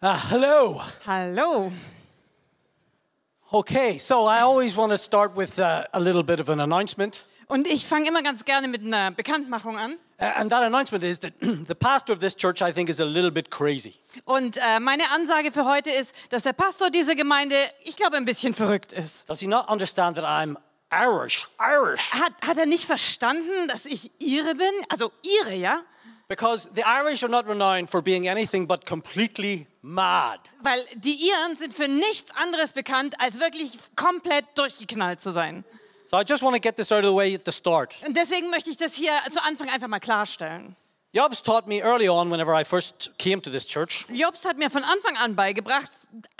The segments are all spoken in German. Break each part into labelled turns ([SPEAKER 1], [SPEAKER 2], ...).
[SPEAKER 1] Uh, hello.
[SPEAKER 2] Hallo.
[SPEAKER 1] Okay, so I always want to start with uh, a little bit of an announcement.
[SPEAKER 2] Und ich fange immer ganz gerne mit einer Bekanntmachung an.
[SPEAKER 1] Uh, and that announcement is that the pastor of this church, I think, is a little bit crazy.
[SPEAKER 2] Und äh, meine Ansage für heute ist, dass der Pastor dieser Gemeinde, ich glaube, ein bisschen verrückt ist.
[SPEAKER 1] Does he not understand that I'm Irish? Irish.
[SPEAKER 2] Hat, hat er nicht verstanden, dass ich Ihre bin? Also Ihre, ja?
[SPEAKER 1] Because the Irish are not renowned for being anything but completely mad.
[SPEAKER 2] Weil die Iren sind für nichts anderes bekannt, als wirklich komplett durchgeknallt zu sein.
[SPEAKER 1] So I just want to get this out of the way at the start.
[SPEAKER 2] Und deswegen möchte ich das hier zu Anfang einfach mal klarstellen.
[SPEAKER 1] Jobs taught me early on, whenever I first came to this church,
[SPEAKER 2] Jobst hat mir von Anfang an beigebracht,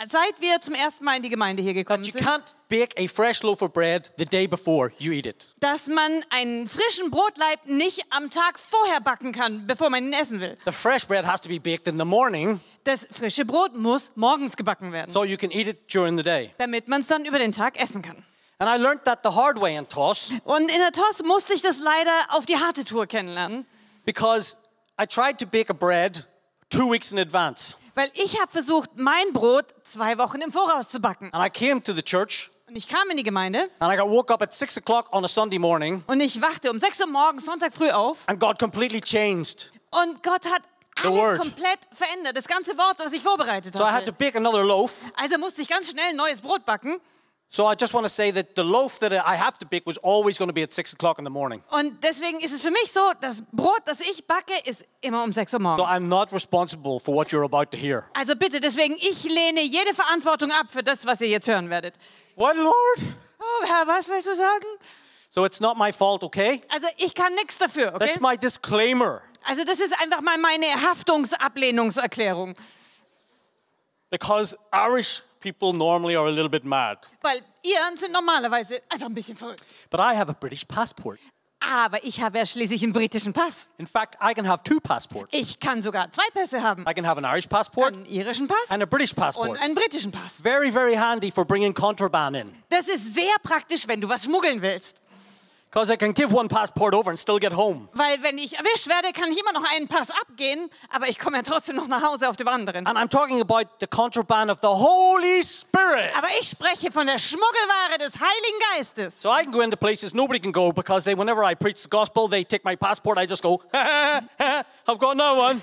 [SPEAKER 2] seit wir zum ersten Mal in die Gemeinde hier gekommen
[SPEAKER 1] that you
[SPEAKER 2] sind,
[SPEAKER 1] can't bake a fresh loaf of bread the day before you eat it.
[SPEAKER 2] dass man einen frischen Brotleib nicht am Tag vorher backen kann, bevor man ihn essen will.
[SPEAKER 1] The fresh bread has to be baked in the morning
[SPEAKER 2] Das frische Brot muss morgens gebacken werden,
[SPEAKER 1] so you can eat it during the day.
[SPEAKER 2] damit man es dann über den Tag essen kann.
[SPEAKER 1] And I learned that the hard way in TOS
[SPEAKER 2] Und in der TOS musste ich das leider auf die harte Tour kennenlernen,
[SPEAKER 1] because I tried to bake a bread two weeks in advance.
[SPEAKER 2] weil ich habe versucht, mein Brot zwei Wochen im Voraus zu backen.
[SPEAKER 1] And I came to the church
[SPEAKER 2] Und ich kam in die Gemeinde
[SPEAKER 1] and I got woke up at six o'clock on a Sunday morning
[SPEAKER 2] und ich wachte um 6 Uhr morgens Sonntag früh auf
[SPEAKER 1] and God completely changed.
[SPEAKER 2] und Gott hat
[SPEAKER 1] The word.
[SPEAKER 2] alles komplett verändert, das ganze Wort, was ich vorbereitet
[SPEAKER 1] So I had to
[SPEAKER 2] hatte.
[SPEAKER 1] bake another loaf.
[SPEAKER 2] Also musste ich ganz schnell ein neues Brot backen
[SPEAKER 1] So I just want to say that the loaf that I have to bake was always going to be at six o'clock in the morning.
[SPEAKER 2] und deswegen ist es für mich so, das Brot, das ich backe, ist immer um 6 Uhr
[SPEAKER 1] So
[SPEAKER 2] morgens.
[SPEAKER 1] I'm not responsible for what you're about to hear.
[SPEAKER 2] Also bitte, deswegen, ich lehne jede Verantwortung ab für das, was ihr jetzt hören werdet.
[SPEAKER 1] What, Lord?
[SPEAKER 2] Oh, Herr, was willst du sagen?
[SPEAKER 1] So it's not my fault, okay?
[SPEAKER 2] Also ich kann nichts dafür, okay?
[SPEAKER 1] That's my disclaimer.
[SPEAKER 2] Also das ist einfach mal meine Haftungsablehnungserklärung.
[SPEAKER 1] Because Irish people normally are a little bit mad.
[SPEAKER 2] Weil Iren sind normalerweise einfach ein bisschen verrückt.
[SPEAKER 1] But I have a British passport.
[SPEAKER 2] Aber ich habe ja schließlich einen britischen Pass.
[SPEAKER 1] In fact, I can have two passports.
[SPEAKER 2] Ich kann sogar zwei Pässe haben.
[SPEAKER 1] I can have an Irish passport
[SPEAKER 2] Einen irischen Pass
[SPEAKER 1] and a British
[SPEAKER 2] und
[SPEAKER 1] passport.
[SPEAKER 2] einen britischen Pass.
[SPEAKER 1] Very, very handy for bringing contraband in.
[SPEAKER 2] Das ist sehr praktisch, wenn du was schmuggeln willst.
[SPEAKER 1] Because I can give one passport over and still get home.
[SPEAKER 2] Weil wenn ich erwischt werde, kann ich immer noch einen Pass abgehen, aber ich komme ja trotzdem noch nach Hause auf dem anderen.
[SPEAKER 1] And I'm talking about the contraband of the Holy Spirit.
[SPEAKER 2] Aber ich spreche von der Schmuggelware des Heiligen Geistes.
[SPEAKER 1] So I can go into places nobody can go because they, whenever I preach the gospel, they take my passport. I just go, I've got no one.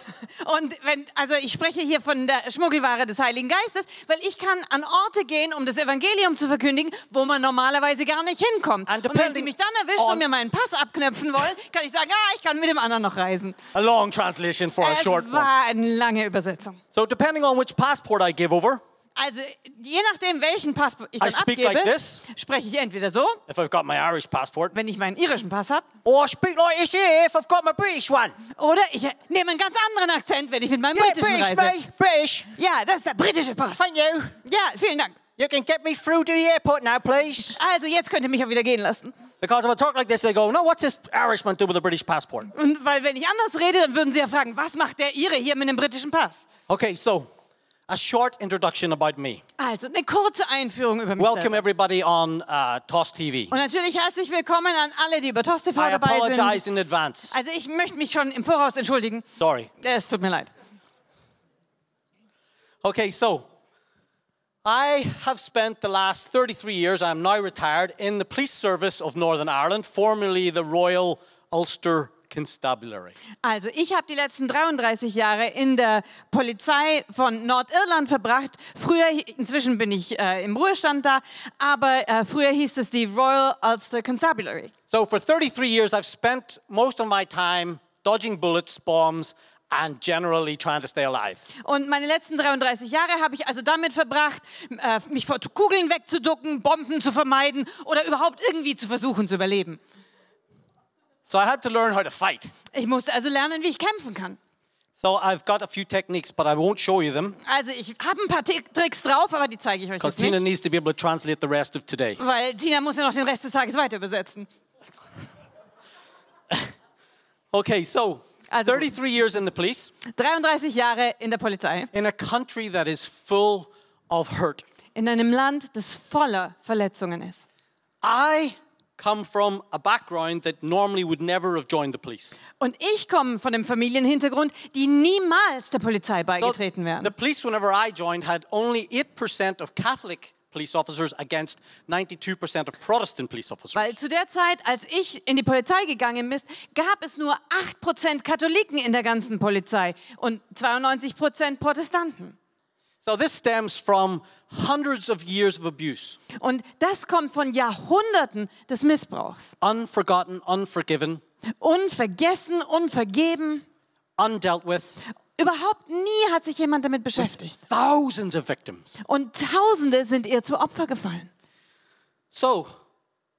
[SPEAKER 2] Und wenn, also ich spreche hier von der Schmuggelware des Heiligen Geistes, weil ich kann an Orte gehen, um das Evangelium zu verkündigen, wo man normalerweise gar nicht hinkommt.
[SPEAKER 1] And
[SPEAKER 2] Und wenn
[SPEAKER 1] depending
[SPEAKER 2] sie mich dann erwischen
[SPEAKER 1] on-
[SPEAKER 2] und mir meinen Pass abknöpfen wollen, kann ich sagen, ah, ich kann mit dem anderen noch reisen.
[SPEAKER 1] A long translation for a
[SPEAKER 2] es
[SPEAKER 1] short one.
[SPEAKER 2] war eine lange Übersetzung.
[SPEAKER 1] So depending on which passport I give over,
[SPEAKER 2] Also je nachdem, welchen Pass ich dann
[SPEAKER 1] I speak
[SPEAKER 2] abgebe,
[SPEAKER 1] like this.
[SPEAKER 2] spreche ich entweder so,
[SPEAKER 1] if I've got my Irish passport,
[SPEAKER 2] wenn ich meinen irischen Pass habe,
[SPEAKER 1] or I speak like this here if I've got my British one.
[SPEAKER 2] oder ich nehme einen ganz anderen Akzent, wenn ich mit meinem
[SPEAKER 1] Yeah,
[SPEAKER 2] britischen
[SPEAKER 1] British,
[SPEAKER 2] reise.
[SPEAKER 1] mate, British.
[SPEAKER 2] Ja, das ist der britische Pass.
[SPEAKER 1] Thank you.
[SPEAKER 2] Ja, vielen Dank.
[SPEAKER 1] You can get me through to the airport now, please.
[SPEAKER 2] Also jetzt könnt ihr mich auch wieder gehen lassen.
[SPEAKER 1] Because if I talk like this, they go, no, what's this Irishman do with a British passport?
[SPEAKER 2] Und weil wenn ich anders rede, dann würden sie ja fragen, was macht der Ire hier mit dem britischen Pass?
[SPEAKER 1] Okay, so a short introduction about me.
[SPEAKER 2] Also eine kurze Einführung über mich
[SPEAKER 1] Welcome,
[SPEAKER 2] selber.
[SPEAKER 1] everybody, on uh, TOS TV.
[SPEAKER 2] Und natürlich herzlich willkommen an alle, die über TOSTV
[SPEAKER 1] I
[SPEAKER 2] dabei sind.
[SPEAKER 1] apologize in advance.
[SPEAKER 2] Also ich möchte mich schon im Voraus entschuldigen.
[SPEAKER 1] Sorry.
[SPEAKER 2] Es tut mir leid.
[SPEAKER 1] Okay, so I have spent the last 33 years, I'm now retired, in the police service of Northern Ireland, formerly the Royal Ulster Constabulary.
[SPEAKER 2] Also ich habe die letzten 33 Jahre in der Polizei von Nordirland verbracht. Früher, inzwischen bin ich äh, im Ruhestand da, aber äh, früher hieß es die Royal Ulster Constabulary.
[SPEAKER 1] So for 33 years, I've spent most of my time dodging bullets, bombs, and generally trying to stay alive.
[SPEAKER 2] Und meine letzten 33 Jahre habe ich also damit verbracht, äh, mich vor Kugeln wegzuducken, Bomben zu vermeiden oder überhaupt irgendwie zu versuchen zu überleben.
[SPEAKER 1] So I had to learn how to fight.
[SPEAKER 2] Ich musste also lernen, wie ich kämpfen kann.
[SPEAKER 1] So I've got a few techniques, but I won't show you them
[SPEAKER 2] Also ich habe ein paar Ti- Tricks drauf, aber die zeige ich euch
[SPEAKER 1] because
[SPEAKER 2] jetzt
[SPEAKER 1] Tina
[SPEAKER 2] nicht,
[SPEAKER 1] needs to be able to translate the rest of today.
[SPEAKER 2] weil Tina muss ja noch den Rest des Tages weiter übersetzen.
[SPEAKER 1] Okay, so
[SPEAKER 2] Also-
[SPEAKER 1] 33 years in the police,
[SPEAKER 2] 33 Jahre in der Polizei,
[SPEAKER 1] in a country that is full of hurt.
[SPEAKER 2] in einem Land, das voller Verletzungen ist.
[SPEAKER 1] I come from a background that normally would never have joined the police.
[SPEAKER 2] Und ich komme von dem Familienhintergrund, die niemals der Polizei
[SPEAKER 1] So ne
[SPEAKER 2] beigetreten wären.
[SPEAKER 1] the police, whenever I joined, had only 8% of Catholic police officers against 92% of Protestant police officers.
[SPEAKER 2] Weil zu der Zeit, als ich in die Polizei gegangen bin, gab es nur 8% Katholiken in der ganzen Polizei und 92% Protestanten.
[SPEAKER 1] So this stems from hundreds of years of abuse,
[SPEAKER 2] Und das kommt von Jahrhunderten des Missbrauchs.
[SPEAKER 1] unforgotten, unforgiven,
[SPEAKER 2] Unvergessen, unvergeben.
[SPEAKER 1] undealt with,
[SPEAKER 2] Überhaupt nie hat sich jemand damit beschäftigt.
[SPEAKER 1] thousands of victims.
[SPEAKER 2] Und Tausende sind ihr zu Opfer gefallen.
[SPEAKER 1] So,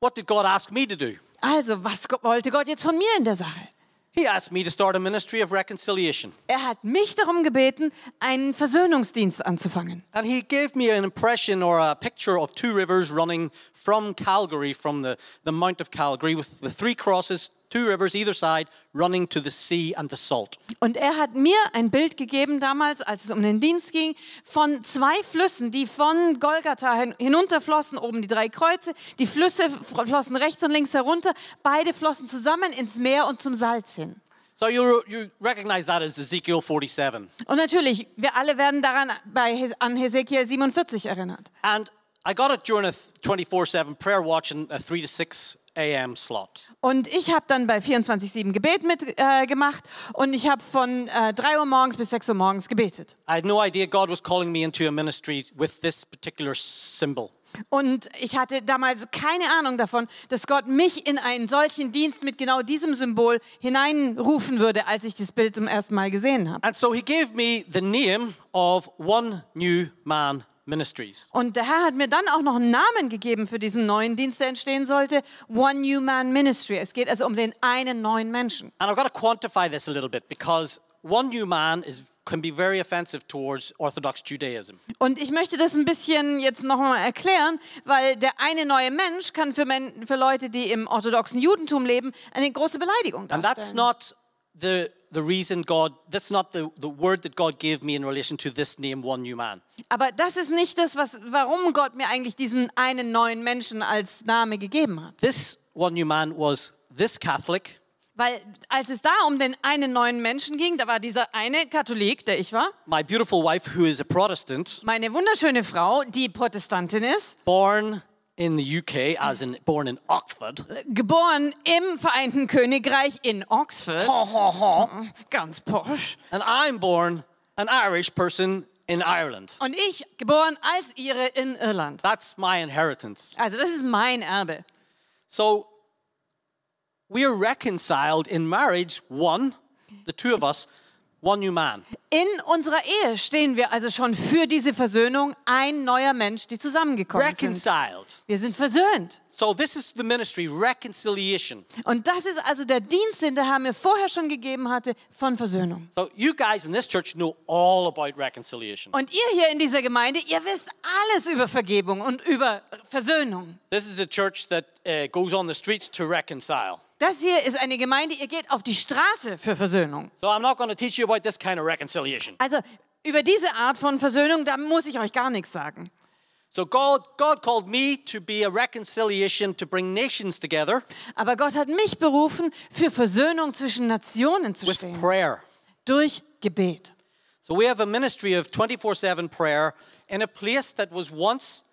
[SPEAKER 1] what did God ask me to do?
[SPEAKER 2] Also, was go- wollte Gott jetzt von mir in der Sache?
[SPEAKER 1] He asked me to start a ministry of reconciliation.
[SPEAKER 2] Er hat mich darum gebeten, einen Versöhnungsdienst anzufangen.
[SPEAKER 1] And he gave me an impression or a picture of two rivers running from Calgary, from the, the Mount of Calgary, with the three crosses, two rivers either side, running to the sea and the salt.
[SPEAKER 2] Und er hat mir ein Bild gegeben damals, als es um den Dienst ging, von zwei Flüssen, die von Golgatha hin hinunterflossen, oben die drei Kreuze. Die Flüsse f- flossen rechts und links herunter, beide flossen zusammen ins Meer und zum Salz hin.
[SPEAKER 1] So you, you recognize that as Ezekiel 47.
[SPEAKER 2] Und natürlich, wir alle werden daran bei, Hes- an Hesekiel 47 erinnert.
[SPEAKER 1] And I got it during a 24 7 prayer watch in a 3 to 6 a.m. slot.
[SPEAKER 2] Und ich habe dann bei 24-7 Gebet mitgemacht äh, gemacht und ich habe von äh, 3 Uhr morgens bis 6 Uhr morgens gebetet.
[SPEAKER 1] I had no idea God was calling me into a ministry with this particular symbol.
[SPEAKER 2] Und ich hatte damals keine Ahnung davon, dass Gott mich in einen solchen Dienst mit genau diesem Symbol hineinrufen würde, als ich das Bild zum ersten Mal gesehen habe.
[SPEAKER 1] And so he gave me the name of One New Man Ministries.
[SPEAKER 2] Und der Herr hat mir dann auch noch einen Namen gegeben für diesen neuen Dienst, der entstehen sollte, One New Man Ministry. Es geht also um den einen neuen Menschen.
[SPEAKER 1] And I've got to quantify this a little bit because one new man is, can be very offensive towards Orthodox Judaism.
[SPEAKER 2] Und ich möchte das ein bisschen jetzt nochmal erklären, weil der eine neue Mensch kann für, Men für Leute, die im orthodoxen Judentum leben, eine große Beleidigung
[SPEAKER 1] And
[SPEAKER 2] darstellen.
[SPEAKER 1] that's not the, the reason God, that's not the, the word that God gave me in relation to this name, one new man.
[SPEAKER 2] Aber das ist nicht das, was, warum Gott mir eigentlich diesen einen neuen Menschen als Name gegeben hat.
[SPEAKER 1] This one new man was this Catholic,
[SPEAKER 2] Weil als es da um den einen neuen Menschen ging, da war dieser eine Katholik, der ich war,
[SPEAKER 1] my beautiful wife, who is a Protestant,
[SPEAKER 2] meine wunderschöne Frau, die Protestantin ist,
[SPEAKER 1] born in the UK, as in born in Oxford.
[SPEAKER 2] geboren im Vereinten Königreich in Oxford,
[SPEAKER 1] Ha, ha, ha.
[SPEAKER 2] ganz posch.
[SPEAKER 1] And I'm born an Irish person in Ireland.
[SPEAKER 2] Und ich geboren als ihre in Irland.
[SPEAKER 1] That's my inheritance.
[SPEAKER 2] Also das ist mein Erbe.
[SPEAKER 1] So we are reconciled in marriage, one, the two of us, one new man.
[SPEAKER 2] In unserer Ehe stehen wir also schon für diese Versöhnung, ein neuer Mensch, die zusammengekommen sind.
[SPEAKER 1] Reconciled.
[SPEAKER 2] Wir sind versöhnt.
[SPEAKER 1] So this is the ministry, reconciliation.
[SPEAKER 2] Und das ist also der Dienst, den der Herr mir vorher schon gegeben hatte, von Versöhnung.
[SPEAKER 1] So you guys in this church know all about reconciliation.
[SPEAKER 2] Und ihr hier in dieser Gemeinde, ihr wisst alles über Vergebung und über Versöhnung.
[SPEAKER 1] This is a church that uh, goes on the streets to reconcile.
[SPEAKER 2] Das hier ist eine Gemeinde, ihr geht auf die Straße für Versöhnung.
[SPEAKER 1] So I'm not going to teach you about this kind of reconciliation.
[SPEAKER 2] Also über diese Art von Versöhnung, da muss ich euch gar nichts sagen.
[SPEAKER 1] So God, God called me to be a reconciliation to bring nations together
[SPEAKER 2] Aber Gott hat mich berufen, für Versöhnung zwischen Nationen zu
[SPEAKER 1] with
[SPEAKER 2] stehen.
[SPEAKER 1] prayer.
[SPEAKER 2] Durch Gebet.
[SPEAKER 1] So we have a ministry of 24 7 prayer in a place that was once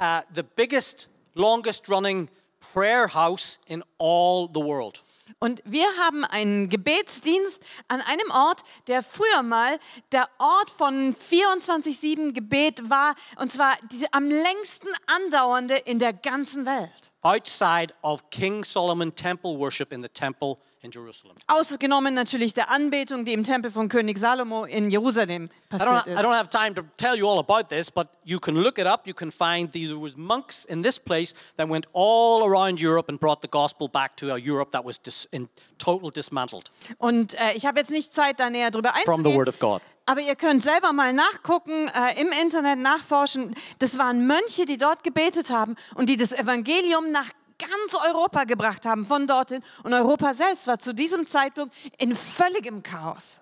[SPEAKER 1] uh, the biggest, longest running prayer house in all the world.
[SPEAKER 2] Und wir haben einen Gebetsdienst an einem Ort, der früher mal der Ort von 24-7 Gebet war, und zwar diese am längsten andauernde in der ganzen Welt.
[SPEAKER 1] Outside of King Solomon temple worship in the temple in Jerusalem.
[SPEAKER 2] Ausgenommen natürlich der Anbetung, die im Tempel von König Salomo in Jerusalem
[SPEAKER 1] I
[SPEAKER 2] passiert
[SPEAKER 1] don't, I
[SPEAKER 2] ist.
[SPEAKER 1] don't have time to tell you all about this, but you can look it up. You can find these, there was monks in this place that went all around Europe and brought the gospel back to a Europe that was dis, in total dismantled
[SPEAKER 2] Und äh, ich habe jetzt nicht Zeit, da näher drüber
[SPEAKER 1] from the
[SPEAKER 2] einzugehen.
[SPEAKER 1] word of God.
[SPEAKER 2] Aber ihr könnt selber mal nachgucken, äh, im Internet nachforschen. Das waren Mönche, die dort gebetet haben und die das Evangelium nach ganz Europa gebracht haben, von dorthin. Und Europa selbst war zu diesem Zeitpunkt in völligem Chaos.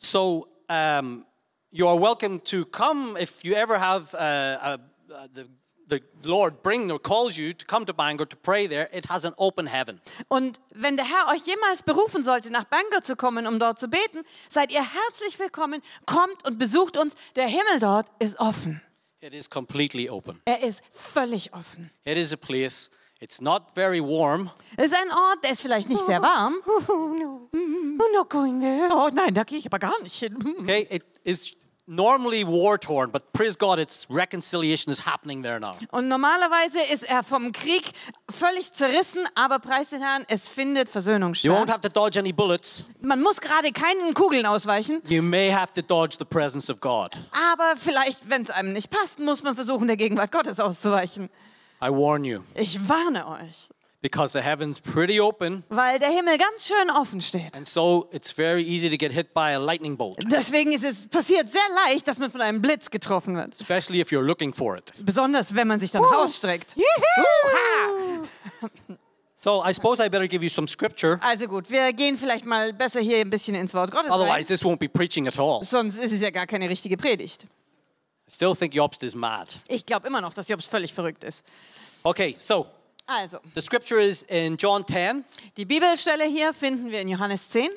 [SPEAKER 1] So um, you are welcome to come if you ever have uh, uh, the, the Lord bring or calls you to come to Bangor to pray there, it has an open heaven.
[SPEAKER 2] Und wenn der Herr euch jemals berufen sollte, nach Bangor zu kommen, um dort zu beten, seid ihr herzlich willkommen. Kommt und besucht uns. Der Himmel dort ist offen.
[SPEAKER 1] It is completely open.
[SPEAKER 2] Er ist völlig offen.
[SPEAKER 1] It is a place. It's not very warm,
[SPEAKER 2] Es ist ein Ort, der ist vielleicht nicht sehr warm. Oh nein, da gehe ich aber gar nicht hin. Mm-hmm.
[SPEAKER 1] Okay, it is normally war torn, but praise God, it's reconciliation is happening there now.
[SPEAKER 2] Und normalerweise ist er vom Krieg völlig zerrissen, aber preis den Herrn, es findet Versöhnung
[SPEAKER 1] You won't
[SPEAKER 2] statt.
[SPEAKER 1] have to dodge any bullets.
[SPEAKER 2] Man muss gerade keinen Kugeln ausweichen,
[SPEAKER 1] You may have to dodge the presence of God.
[SPEAKER 2] aber vielleicht, wenn es einem nicht passt, muss man versuchen, der Gegenwart Gottes auszuweichen.
[SPEAKER 1] I warn you,
[SPEAKER 2] Ich warne euch,
[SPEAKER 1] because the heaven's pretty open,
[SPEAKER 2] weil der Himmel ganz schön offen steht.
[SPEAKER 1] and so it's very easy to get hit by a lightning bolt,
[SPEAKER 2] Deswegen ist es passiert sehr leicht, dass man von einem Blitz getroffen wird.
[SPEAKER 1] especially if you're looking for it.
[SPEAKER 2] Besonders, wenn man sich dann ausstreckt. Uha!
[SPEAKER 1] So I suppose I better give you some scripture,
[SPEAKER 2] Also gut, wir gehen vielleicht mal besser hier ein bisschen ins Wort Gottes rein.
[SPEAKER 1] otherwise, this won't be preaching at all.
[SPEAKER 2] Sonst ist es ja gar keine richtige Predigt.
[SPEAKER 1] I still think Jobst is mad.
[SPEAKER 2] Ich glaube immer noch, dass Jobs völlig verrückt ist.
[SPEAKER 1] Okay, so
[SPEAKER 2] Also,
[SPEAKER 1] the scripture is in John 10,
[SPEAKER 2] die Bibelstelle hier finden wir in Johannes 10.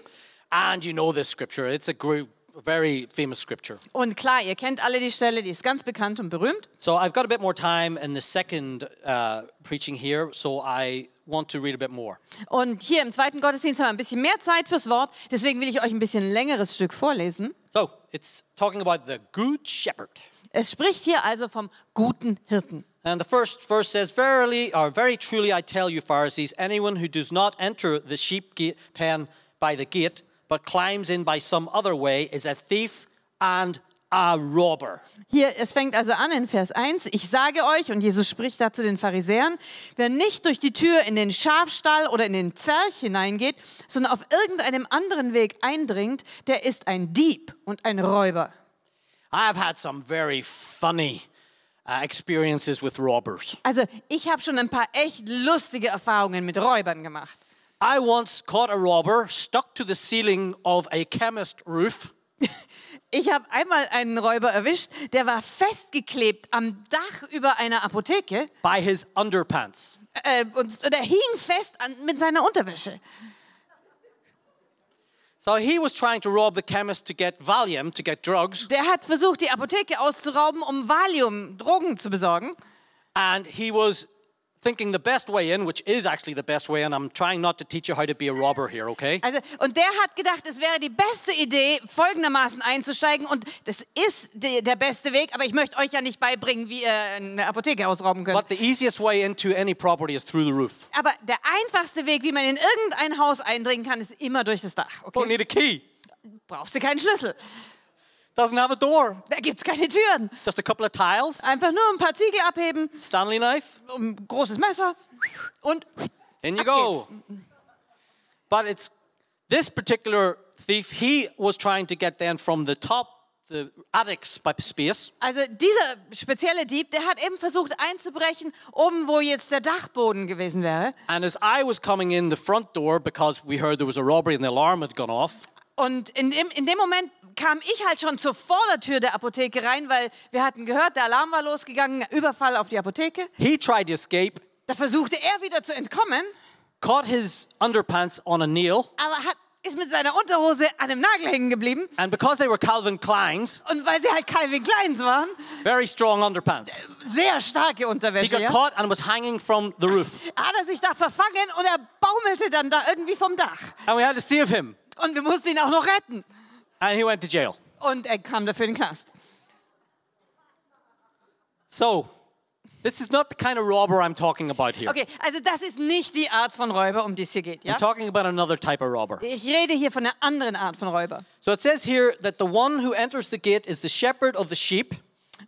[SPEAKER 1] and you know this scripture. It's a gr- very famous scripture.
[SPEAKER 2] Und klar, ihr kennt alle die Stelle, die ist ganz bekannt und berühmt.
[SPEAKER 1] So I've got a bit more time in the second uh, preaching here, so I want to read a bit more.
[SPEAKER 2] Und hier im zweiten Gottesdienst haben wir ein bisschen mehr Zeit fürs Wort. Deswegen will ich euch ein bisschen längeres Stück vorlesen.
[SPEAKER 1] So it's talking about the good shepherd.
[SPEAKER 2] Es spricht hier also vom guten Hirten.
[SPEAKER 1] And the first verse says, Verily, or very truly, I tell you, Pharisees, anyone who does not enter the sheep gate, pen by the gate, but climbs in by some other way, is a thief and a robber.
[SPEAKER 2] Hier, es fängt also an in Vers 1. Ich sage euch, und Jesus spricht da zu den Pharisäern, wer nicht durch die Tür in den Schafstall oder in den Pferch hineingeht, sondern auf irgendeinem anderen Weg eindringt, der ist ein Dieb und ein Räuber.
[SPEAKER 1] I've had some very funny uh, experiences with robbers.
[SPEAKER 2] Also, ich habe schon ein paar echt lustige Erfahrungen mit Räubern gemacht.
[SPEAKER 1] I once caught a robber stuck to the ceiling of a chemist roof.
[SPEAKER 2] Ich habe einmal einen Räuber erwischt, der war festgeklebt am Dach über einer Apotheke
[SPEAKER 1] by his underpants.
[SPEAKER 2] äh, und, und er hing fest an, mit seiner Unterwäsche.
[SPEAKER 1] So he was trying to rob the chemist to get Valium, to get drugs,
[SPEAKER 2] Der hat versucht, die Apotheke auszurauben, um Valium, Drogen zu besorgen.
[SPEAKER 1] and he was thinking the best way in, which is actually the best way in. I'm trying not to teach you how to be a robber here, okay?
[SPEAKER 2] Also, und der hat gedacht, es wäre die beste Idee, folgendermaßen einzusteigen. Und das ist die, der beste Weg, aber ich möchte euch ja nicht beibringen, wie ihr eine Apotheke ausrauben könnt.
[SPEAKER 1] But the easiest way into any property is through the roof.
[SPEAKER 2] Aber der einfachste Weg, wie man in irgendein Haus eindringen kann, ist immer durch das Dach.
[SPEAKER 1] Don't
[SPEAKER 2] Okay?
[SPEAKER 1] need a key.
[SPEAKER 2] Brauchst du keinen Schlüssel.
[SPEAKER 1] Doesn't have a door.
[SPEAKER 2] Da gibt's keine Türen.
[SPEAKER 1] Just a couple of tiles,
[SPEAKER 2] Einfach nur ein paar Ziegel abheben,
[SPEAKER 1] Stanley knife,
[SPEAKER 2] ein großes Messer und
[SPEAKER 1] in you
[SPEAKER 2] Ab
[SPEAKER 1] go. But it's this particular thief, he was trying to get then from the top, the attic sp- space,
[SPEAKER 2] Also dieser spezielle Dieb, der hat eben versucht einzubrechen, oben wo jetzt der Dachboden gewesen wäre.
[SPEAKER 1] And as I was coming in the front door because we heard there was a robbery and the alarm had gone off,
[SPEAKER 2] Und in dem, in dem Moment kam ich halt schon zur Vordertür der Apotheke rein, weil wir hatten gehört, der Alarm war losgegangen, Überfall auf die Apotheke.
[SPEAKER 1] he tried to escape,
[SPEAKER 2] Da versuchte er wieder zu entkommen,
[SPEAKER 1] caught his underpants on a nail,
[SPEAKER 2] aber hat, ist mit seiner Unterhose an einem Nagel hängen geblieben.
[SPEAKER 1] and because they were Calvin Klein's,
[SPEAKER 2] Und weil sie halt Calvin Kleins waren,
[SPEAKER 1] very strong underpants,
[SPEAKER 2] sehr starke
[SPEAKER 1] he
[SPEAKER 2] Unterwäsche,
[SPEAKER 1] got
[SPEAKER 2] ja,
[SPEAKER 1] caught and was hanging from the roof.
[SPEAKER 2] hat er sich da verfangen und er baumelte dann da irgendwie vom Dach.
[SPEAKER 1] And we had to save him,
[SPEAKER 2] Und wir mussten ihn auch noch retten.
[SPEAKER 1] and he went to jail.
[SPEAKER 2] Und er kam dafür in den Knast.
[SPEAKER 1] So, this is not the kind of robber I'm talking about here.
[SPEAKER 2] Okay, also das ist nicht die Art von Räuber, um die es hier geht, ja?
[SPEAKER 1] I'm talking about another type of robber.
[SPEAKER 2] Ich rede hier von einer anderen Art von Räuber.
[SPEAKER 1] So it says here that the one who enters the gate is the shepherd of the sheep.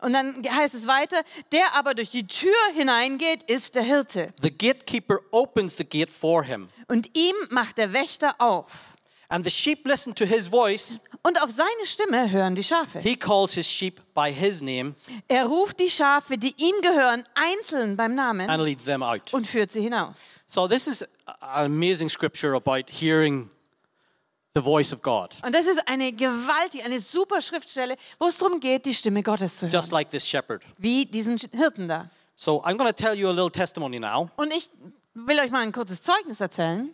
[SPEAKER 2] Und dann heißt es weiter, der aber durch die Tür hineingeht, ist der Hirte.
[SPEAKER 1] The gatekeeper opens the gate for him,
[SPEAKER 2] Und ihm macht der Wächter auf.
[SPEAKER 1] and the sheep listen to his voice.
[SPEAKER 2] Und auf seine Stimme hören die Schafe.
[SPEAKER 1] He calls his sheep by his name
[SPEAKER 2] Er ruft die Schafe, die ihm gehören, einzeln beim Namen
[SPEAKER 1] and leads them out.
[SPEAKER 2] und führt sie hinaus.
[SPEAKER 1] So, this is an amazing scripture about hearing the voice of God,
[SPEAKER 2] Und das ist eine gewaltige, eine super Schriftstelle, wo es darum geht, die Stimme Gottes zu hören.
[SPEAKER 1] just like this shepherd.
[SPEAKER 2] Wie diesen Hirten da.
[SPEAKER 1] So I'm going to tell you a little testimony now.
[SPEAKER 2] Und ich will euch mal ein kurzes Zeugnis erzählen.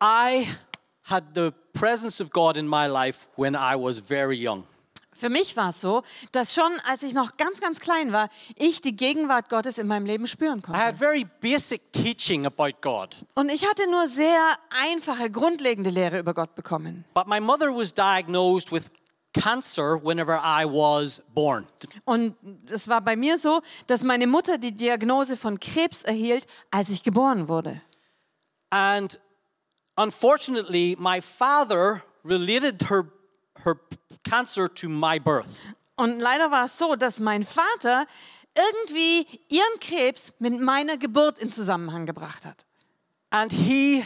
[SPEAKER 1] I had the presence of God in my life when I was very young.
[SPEAKER 2] Für mich war es so, dass schon als ich noch ganz, ganz klein war, ich die Gegenwart Gottes in meinem Leben spüren
[SPEAKER 1] I
[SPEAKER 2] konnte.
[SPEAKER 1] had very basic teaching about God,
[SPEAKER 2] Und ich hatte nur sehr einfache, grundlegende Lehre über Gott bekommen.
[SPEAKER 1] but my mother was diagnosed with cancer whenever I was born.
[SPEAKER 2] Und es war bei mir so, dass meine Mutter die Diagnose von Krebs erhielt, als ich geboren wurde.
[SPEAKER 1] And unfortunately, my father related her, her cancer to my birth.
[SPEAKER 2] Und leider war es so, dass mein Vater irgendwie ihren Krebs mit meiner Geburt in Zusammenhang gebracht hat.
[SPEAKER 1] And he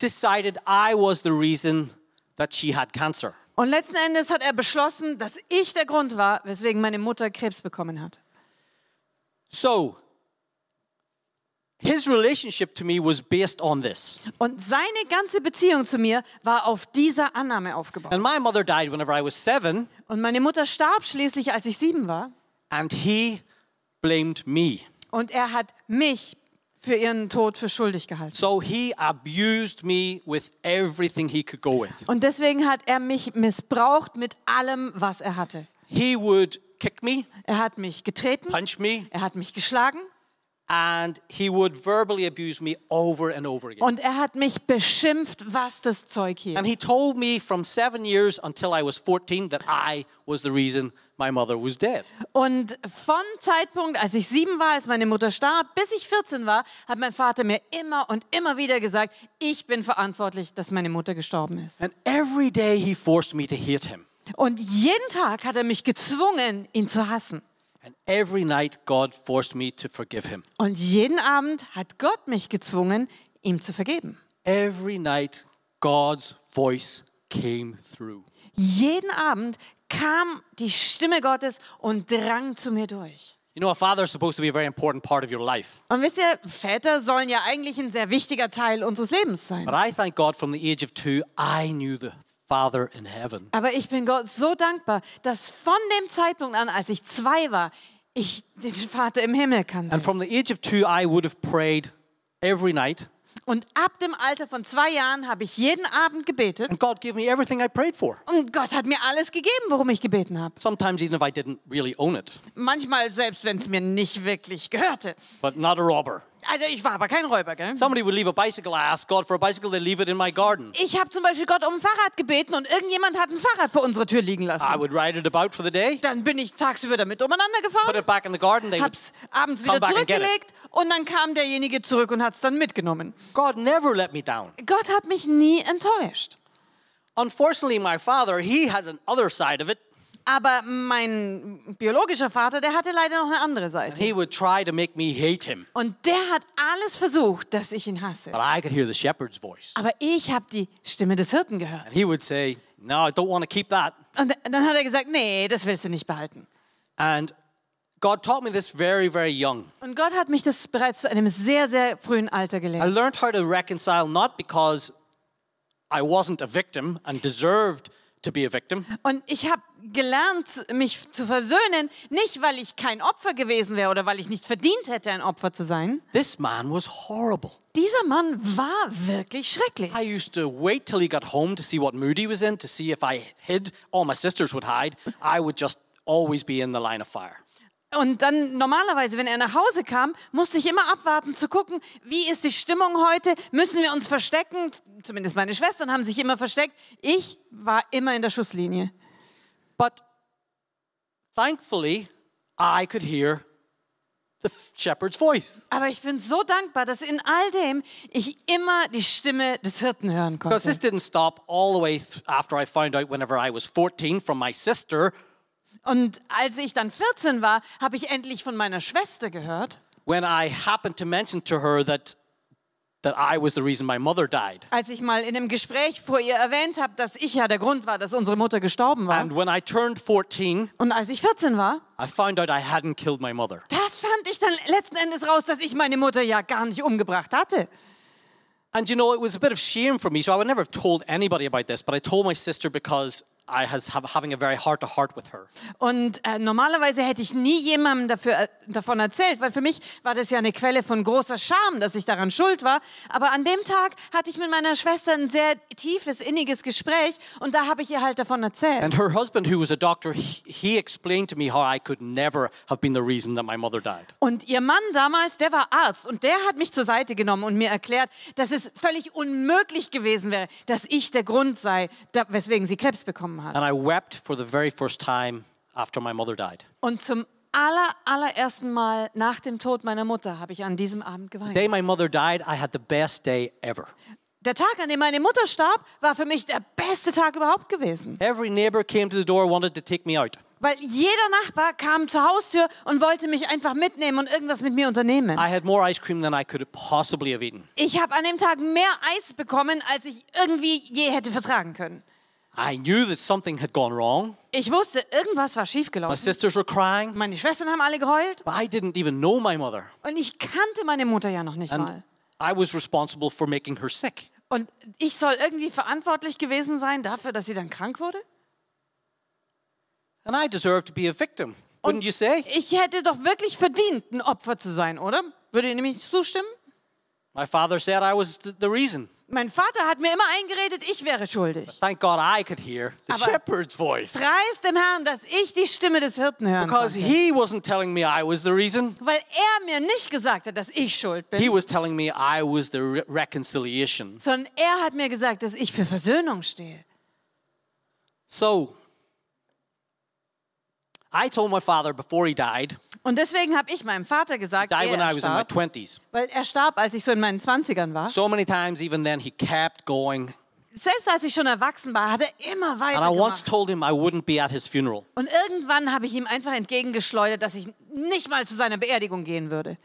[SPEAKER 1] decided I was the reason that she had cancer.
[SPEAKER 2] Und letzten Endes hat er beschlossen, dass ich der Grund war, weswegen meine Mutter Krebs bekommen hat.
[SPEAKER 1] So, his relationship to me was based on this.
[SPEAKER 2] Und seine ganze Beziehung zu mir war auf dieser Annahme aufgebaut.
[SPEAKER 1] And my mother died whenever I was seven,
[SPEAKER 2] Und meine Mutter starb schließlich, als ich sieben war.
[SPEAKER 1] and he blamed me.
[SPEAKER 2] Und er hat mich für ihren Tod für schuldig gehalten.
[SPEAKER 1] So he abused me with everything he could go with.
[SPEAKER 2] Und deswegen hat er mich missbraucht mit allem, was er hatte.
[SPEAKER 1] He would kick me,
[SPEAKER 2] Er hat mich getreten,
[SPEAKER 1] punch me,
[SPEAKER 2] er hat mich geschlagen
[SPEAKER 1] and he would verbally abuse me over and over again.
[SPEAKER 2] und er hat mich beschimpft, was das Zeug hielt.
[SPEAKER 1] And he told me from seven years until I was 14 that I was the reason my mother was dead.
[SPEAKER 2] Und von Zeitpunkt, als ich sieben war, als meine Mutter starb, bis ich 14 war, hat mein Vater mir immer und immer wieder gesagt, ich bin verantwortlich, dass meine Mutter gestorben ist.
[SPEAKER 1] And every day he forced me to hate him.
[SPEAKER 2] Und jeden Tag hat er mich gezwungen, ihn zu hassen.
[SPEAKER 1] And every night God forced me to forgive him.
[SPEAKER 2] Und jeden Abend hat Gott mich gezwungen, ihm zu vergeben.
[SPEAKER 1] Every night God's voice came through.
[SPEAKER 2] Jeden Abend kam die Stimme Gottes und drang zu mir durch.
[SPEAKER 1] You know, a father is supposed to be a very important part of your life.
[SPEAKER 2] Und wisst ihr, Väter sollen ja eigentlich ein sehr wichtiger Teil unseres Lebens sein.
[SPEAKER 1] But I thank God from the age of two, I knew the Father in heaven.
[SPEAKER 2] Aber ich bin Gott so dankbar, dass von dem Zeitpunkt an, als ich zwei war, ich den Vater im Himmel kannte.
[SPEAKER 1] And from the age of two, I would have prayed every night.
[SPEAKER 2] Und ab dem Alter von zwei Jahren habe ich jeden Abend gebetet.
[SPEAKER 1] And God gave me everything I prayed for.
[SPEAKER 2] Und Gott hat mir alles gegeben, worum ich gebeten habe.
[SPEAKER 1] Sometimes, even if I didn't really own it,
[SPEAKER 2] Manchmal selbst, wenn es mir nicht wirklich gehörte.
[SPEAKER 1] but not a robber.
[SPEAKER 2] Also ich war aber kein Räuber, gell?
[SPEAKER 1] Somebody would leave a bicycle. I asked God for a bicycle, they leave it in my garden.
[SPEAKER 2] Ich habe zum Beispiel Gott um ein Fahrrad gebeten und irgendjemand hat ein Fahrrad vor unserer Tür liegen lassen.
[SPEAKER 1] I would ride it about for the day,
[SPEAKER 2] Dann bin ich tagsüber damit umeinander
[SPEAKER 1] put
[SPEAKER 2] gefahren,
[SPEAKER 1] it back in the garden. They would...
[SPEAKER 2] hab's abends
[SPEAKER 1] Come
[SPEAKER 2] wieder
[SPEAKER 1] back and get it.
[SPEAKER 2] zurückgelegt und dann kam derjenige zurück und hat's dann mitgenommen.
[SPEAKER 1] God never let me down.
[SPEAKER 2] Gott hat mich nie enttäuscht.
[SPEAKER 1] Unfortunately, my father, he has another side of it.
[SPEAKER 2] Aber mein biologischer Vater, der hatte leider noch eine andere Seite.
[SPEAKER 1] He would try to make me hate him.
[SPEAKER 2] Und der hat alles versucht, dass ich ihn hasse.
[SPEAKER 1] But I could hear the shepherd's voice.
[SPEAKER 2] Aber ich habe die Stimme des Hirten gehört.
[SPEAKER 1] And he would say, No, I don't want to keep that.
[SPEAKER 2] Und dann hat er gesagt, nee, das willst du nicht behalten.
[SPEAKER 1] And God taught me this very, very young.
[SPEAKER 2] Und Gott hat mich das bereits zu einem sehr, sehr frühen Alter gelehrt.
[SPEAKER 1] I learned how to reconcile not because I wasn't a victim and deserved to be a victim,
[SPEAKER 2] Und ich habe gelernt, mich zu versöhnen, nicht weil ich kein Opfer gewesen wäre oder weil ich nicht verdient hätte, ein Opfer zu sein.
[SPEAKER 1] This man was horrible.
[SPEAKER 2] Dieser Mann war wirklich schrecklich.
[SPEAKER 1] I used to wait till he got home to see what mood he was in, to see if I hid. All my sisters would hide. I would just always be in the line of fire.
[SPEAKER 2] Und dann normalerweise, wenn er nach Hause kam, musste ich immer abwarten zu gucken, wie ist die Stimmung heute? Müssen wir uns verstecken? Zumindest meine Schwestern haben sich immer versteckt. Ich war immer in der Schusslinie.
[SPEAKER 1] But thankfully, I could hear the shepherd's voice
[SPEAKER 2] Aber ich bin so dankbar, dass in all dem ich immer die Stimme des Hirten hören
[SPEAKER 1] because this
[SPEAKER 2] konnte.
[SPEAKER 1] didn't stop all the way th- after I found out whenever I was 14 from my sister
[SPEAKER 2] Und als ich dann 14 war, habe ich endlich von meiner Schwester gehört.
[SPEAKER 1] when I happened to mention to her that that I was the reason my mother died.
[SPEAKER 2] als ich mal in einem Gespräch vor ihr erwähnt habe, dass ich ja der Grund war, dass unsere Mutter gestorben war.
[SPEAKER 1] And when I turned 14,
[SPEAKER 2] Und als ich 14 war,
[SPEAKER 1] I found out I hadn't killed my mother.
[SPEAKER 2] da fand ich dann letzten Endes raus, dass ich meine Mutter ja gar nicht umgebracht hatte.
[SPEAKER 1] And you know, it was a bit of shame for me, so I would never have told anybody about this, but I told my sister because I was have, having a very heart to heart with her.
[SPEAKER 2] Und äh, normalerweise hätte ich nie jemandem dafür, äh, davon erzählt, weil für mich war das ja eine Quelle von großer Scham, dass ich daran schuld war. Aber an dem Tag hatte ich mit meiner Schwester ein sehr tiefes, inniges Gespräch und da habe ich ihr halt davon erzählt.
[SPEAKER 1] And her husband, who was a doctor, he, he explained to me how I could never have been the reason that my mother died.
[SPEAKER 2] Und ihr Mann damals, der war Arzt und der hat mich zur Seite genommen und mir erklärt, dass es völlig unmöglich gewesen wäre, dass ich der Grund sei, da, weswegen sie Krebs bekommen hat.
[SPEAKER 1] And I wept for the very first time after my mother died.
[SPEAKER 2] Und zum aller, allerersten Mal nach dem Tod meiner Mutter habe ich an diesem Abend geweint.
[SPEAKER 1] The day my mother died, I had the best day ever.
[SPEAKER 2] Der Tag, an dem meine Mutter starb, war für mich der beste Tag überhaupt gewesen.
[SPEAKER 1] Every neighbor came to the door, wanted to take me out.
[SPEAKER 2] Weil jeder Nachbar kam zur Haustür und wollte mich einfach mitnehmen und irgendwas mit mir unternehmen.
[SPEAKER 1] I had more ice cream than I could possibly have eaten.
[SPEAKER 2] Ich habe an dem Tag mehr Eis bekommen, als ich irgendwie je hätte vertragen können.
[SPEAKER 1] I knew that something had gone wrong.
[SPEAKER 2] Ich wusste, irgendwas war
[SPEAKER 1] My
[SPEAKER 2] schiefgelaufen.
[SPEAKER 1] sisters were crying,
[SPEAKER 2] Meine Schwestern haben alle geheult
[SPEAKER 1] but I didn't even know my mother.
[SPEAKER 2] und ich kannte meine Mutter ja noch nicht mal.
[SPEAKER 1] I was responsible for making her sick.
[SPEAKER 2] Und ich soll irgendwie verantwortlich gewesen sein dafür, dass sie dann krank wurde?
[SPEAKER 1] And I deserve to be a victim, wouldn't you say?
[SPEAKER 2] Ich hätte doch wirklich verdient, ein Opfer zu sein, oder? Würde ihr nämlich zustimmen?
[SPEAKER 1] My father said I was th- the reason.
[SPEAKER 2] Mein Vater hat mir immer eingeredet, ich wäre schuldig.
[SPEAKER 1] Thank God I could hear the
[SPEAKER 2] Aber-
[SPEAKER 1] shepherd's voice.
[SPEAKER 2] Preis dem Herrn, dass ich die Stimme des Hirten hören
[SPEAKER 1] Because
[SPEAKER 2] konnte.
[SPEAKER 1] he wasn't telling me I was the reason.
[SPEAKER 2] Weil er mir nicht gesagt hat, dass ich schuld
[SPEAKER 1] He
[SPEAKER 2] bin,
[SPEAKER 1] was telling me I was the re- reconciliation.
[SPEAKER 2] sondern er hat mir gesagt, dass ich für Versöhnung stehe.
[SPEAKER 1] So, I told my father before he died,
[SPEAKER 2] Und deswegen habe ich meinem Vater gesagt,
[SPEAKER 1] died
[SPEAKER 2] ehe
[SPEAKER 1] when I
[SPEAKER 2] er
[SPEAKER 1] was in my
[SPEAKER 2] starb,
[SPEAKER 1] 20s.
[SPEAKER 2] weil er starb, als ich so in meinen 20ern war.
[SPEAKER 1] So many times, even then, he kept going.
[SPEAKER 2] Selbst als ich schon erwachsen war, hat er
[SPEAKER 1] And
[SPEAKER 2] immer
[SPEAKER 1] I once
[SPEAKER 2] weitergemacht.
[SPEAKER 1] told him I wouldn't be at his funeral.
[SPEAKER 2] Und irgendwann habe ich ihm einfach entgegengeschleudert, dass ich nicht mal zu seiner Beerdigung gehen würde.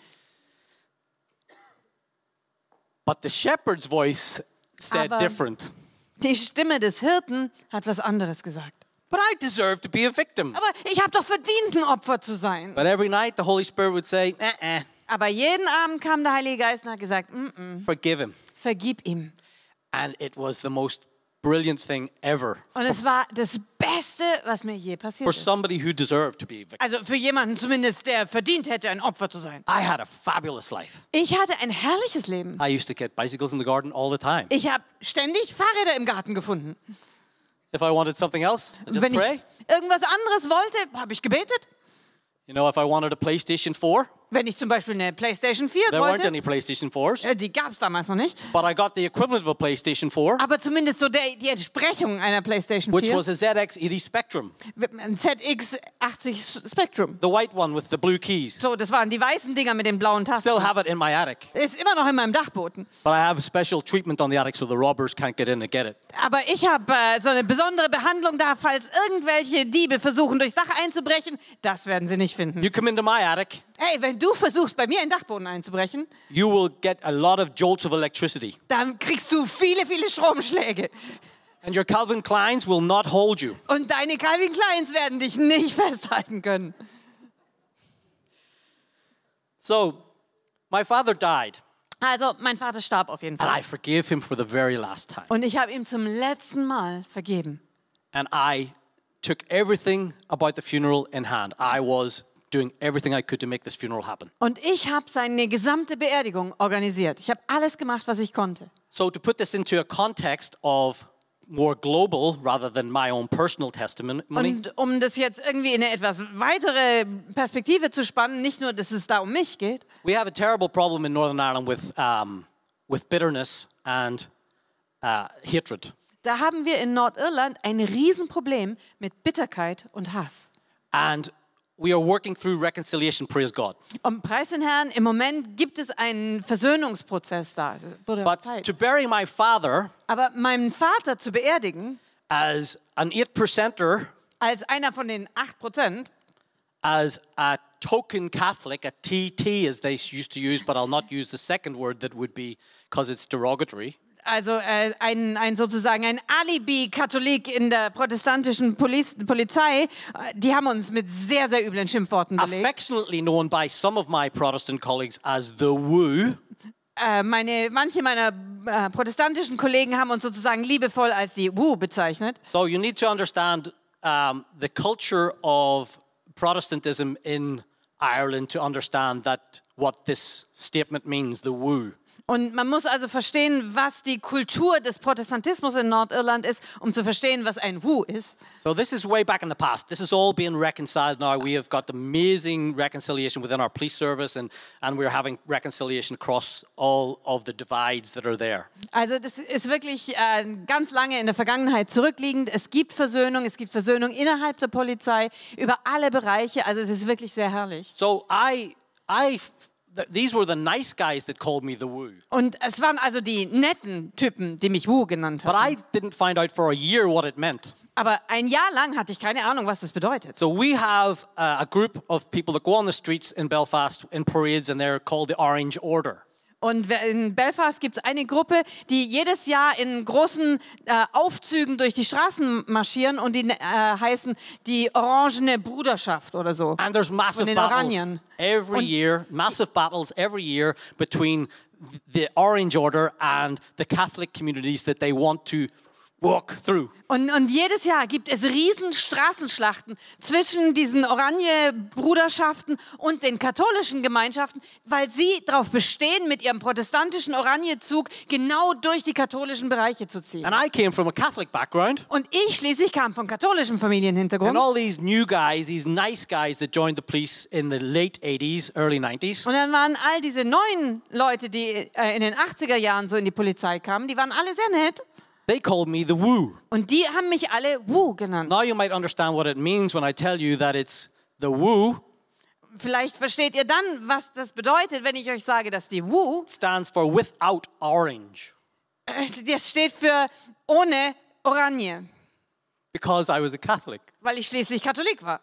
[SPEAKER 1] But the shepherd's voice said
[SPEAKER 2] Aber-
[SPEAKER 1] different.
[SPEAKER 2] Die Stimme des Hirten hat was anderes gesagt.
[SPEAKER 1] But I deserve to be a victim.
[SPEAKER 2] Aber ich habe doch verdient, ein Opfer zu sein.
[SPEAKER 1] But every night, the Holy Spirit would say, uh-uh,
[SPEAKER 2] Aber jeden Abend kam der Heilige Geist und hat gesagt, "Mm, mm,
[SPEAKER 1] forgive him.
[SPEAKER 2] vergib ihm.
[SPEAKER 1] And it was the most brilliant thing ever
[SPEAKER 2] Und es war das Beste, was mir je passiert
[SPEAKER 1] for
[SPEAKER 2] ist.
[SPEAKER 1] somebody who deserved to be a victim.
[SPEAKER 2] Also für jemanden zumindest, der verdient hätte, ein Opfer zu sein.
[SPEAKER 1] I had a fabulous life.
[SPEAKER 2] Ich hatte ein herrliches Leben.
[SPEAKER 1] I used to get bicycles in the garden all the time.
[SPEAKER 2] Ich habe ständig Fahrräder im Garten gefunden.
[SPEAKER 1] If I wanted something else, I
[SPEAKER 2] Und
[SPEAKER 1] just
[SPEAKER 2] wenn ich
[SPEAKER 1] pray.
[SPEAKER 2] irgendwas anderes wollte, habe ich gebetet.
[SPEAKER 1] You know, if I wanted a PlayStation 4,
[SPEAKER 2] Wenn ich zum Beispiel eine PlayStation 4
[SPEAKER 1] there weren't
[SPEAKER 2] wollte,
[SPEAKER 1] any PlayStation 4s,
[SPEAKER 2] äh, die gab es damals noch nicht,
[SPEAKER 1] but I got the equivalent of a PlayStation 4,
[SPEAKER 2] aber zumindest so der, die Entsprechung einer PlayStation
[SPEAKER 1] which
[SPEAKER 2] 4,
[SPEAKER 1] was a ZX80 Spectrum,
[SPEAKER 2] ein ZX80 Spectrum.
[SPEAKER 1] the white one with the blue keys.
[SPEAKER 2] So, das waren die weißen Dinger mit den blauen Tasten.
[SPEAKER 1] Still have it in my attic,
[SPEAKER 2] Ist immer noch in meinem Dachboden.
[SPEAKER 1] but I have special treatment on the attic so the robbers can't get in and get it.
[SPEAKER 2] Aber ich habe äh, so eine besondere Behandlung da, falls irgendwelche Diebe versuchen, durch Sache einzubrechen. Das werden sie nicht finden.
[SPEAKER 1] You come into my attic,
[SPEAKER 2] Hey, wenn du versuchst, bei mir in den Dachboden einzubrechen,
[SPEAKER 1] you will get a lot of jolts of electricity,
[SPEAKER 2] dann kriegst du viele, viele Stromschläge.
[SPEAKER 1] and your Calvin Kleins will not hold you.
[SPEAKER 2] Und deine Calvin Kleins werden dich nicht festhalten können.
[SPEAKER 1] So, my father died,
[SPEAKER 2] Also, mein Vater starb auf jeden
[SPEAKER 1] and
[SPEAKER 2] Fall.
[SPEAKER 1] I forgave him for the very last time.
[SPEAKER 2] Und ich habe ihm zum letzten Mal vergeben.
[SPEAKER 1] and I took everything about the funeral in hand. I was doing everything I could to make this funeral happen.
[SPEAKER 2] Und ich habe seine gesamte Beerdigung organisiert. Ich habe alles gemacht, was ich konnte.
[SPEAKER 1] So, to put this into a context of more global rather than my own personal testimony,
[SPEAKER 2] Und um das jetzt irgendwie in eine etwas weitere Perspektive zu spannen, nicht nur, dass es da um mich geht.
[SPEAKER 1] we have a terrible problem in Northern Ireland with, um, with bitterness and uh, hatred.
[SPEAKER 2] Da haben wir in Nordirland ein Riesenproblem mit Bitterkeit und Hass.
[SPEAKER 1] And we are working through reconciliation, praise God.
[SPEAKER 2] Und Um preis den Herrn, im Moment gibt es einen Versöhnungsprozess da. Das wurde
[SPEAKER 1] But
[SPEAKER 2] Zeit.
[SPEAKER 1] to bury my father
[SPEAKER 2] Aber meinen Vater zu beerdigen,
[SPEAKER 1] as an 8%er,
[SPEAKER 2] als einer von den 8%,
[SPEAKER 1] as a token Catholic, a TT as they used to use, but I'll not use the second word that would be because it's derogatory.
[SPEAKER 2] also äh, ein, ein sozusagen ein Alibi-Katholik in der protestantischen Poliz Polizei, äh, die haben uns mit sehr, sehr üblen Schimpfworten belegt.
[SPEAKER 1] Affectionately known by some of my Protestant colleagues as the woo,
[SPEAKER 2] Äh, meine, manche meiner äh, protestantischen Kollegen haben uns sozusagen liebevoll als die Wu bezeichnet.
[SPEAKER 1] So you need to understand um, the culture of Protestantism in Ireland to understand that what this statement means, the woo.
[SPEAKER 2] Und man muss also verstehen, was die Kultur des Protestantismus in Nordirland ist, um zu verstehen, was ein Wu ist.
[SPEAKER 1] So this is way back in the past. This is all being reconciled now. We have got amazing reconciliation within our police service and, and we're having reconciliation across all of the divides that are there.
[SPEAKER 2] Also das ist wirklich äh, ganz lange in der Vergangenheit zurückliegend. Es gibt Versöhnung, es gibt Versöhnung innerhalb der Polizei, über alle Bereiche. Also es ist wirklich sehr herrlich.
[SPEAKER 1] So I, I, f- th- these were the nice guys that called me the woo.
[SPEAKER 2] Und es waren also die netten Typen, die mich Wu genannt
[SPEAKER 1] But
[SPEAKER 2] haben.
[SPEAKER 1] I didn't find out for a year what it meant.
[SPEAKER 2] Aber ein Jahr lang hatte ich keine Ahnung, was das bedeutet.
[SPEAKER 1] So we have uh, a group of people that go on the streets in Belfast in parades, and they're called the Orange Order.
[SPEAKER 2] Und wer- in Belfast gibt es eine Gruppe, die jedes Jahr in großen äh, Aufzügen durch die Straßen marschieren und die äh, heißen die Orangene Bruderschaft oder so.
[SPEAKER 1] And there's massive
[SPEAKER 2] in
[SPEAKER 1] battles
[SPEAKER 2] Oranien.
[SPEAKER 1] every
[SPEAKER 2] Und-
[SPEAKER 1] year, massive battles every year between th- the Orange Order and the Catholic communities that they want to walk through.
[SPEAKER 2] Und, und jedes Jahr gibt es riesen Straßenschlachten zwischen diesen Oranje-Bruderschaften und den katholischen Gemeinschaften, weil sie darauf bestehen, mit ihrem protestantischen Oranje-Zug genau durch die katholischen Bereiche zu ziehen.
[SPEAKER 1] And I came from a Catholic background.
[SPEAKER 2] Und ich schließlich kam von katholischem
[SPEAKER 1] And
[SPEAKER 2] Familienhintergrund.
[SPEAKER 1] all these new guys, these nice guys that joined the police in the late 80s, early 90s,
[SPEAKER 2] Und dann waren all diese neuen Leute, die äh, in den 80er Jahren so in die Polizei kamen, die waren alle sehr nett.
[SPEAKER 1] they called me the woo.
[SPEAKER 2] Und die haben mich alle Wu genannt.
[SPEAKER 1] Now you might understand what it means when I tell you that it's the woo
[SPEAKER 2] Vielleicht versteht ihr dann, was das bedeutet, wenn ich euch sage, dass die Wu,
[SPEAKER 1] stands for without orange
[SPEAKER 2] äh, das steht für ohne Oranje,
[SPEAKER 1] because I was a Catholic.
[SPEAKER 2] weil ich schließlich Katholik war.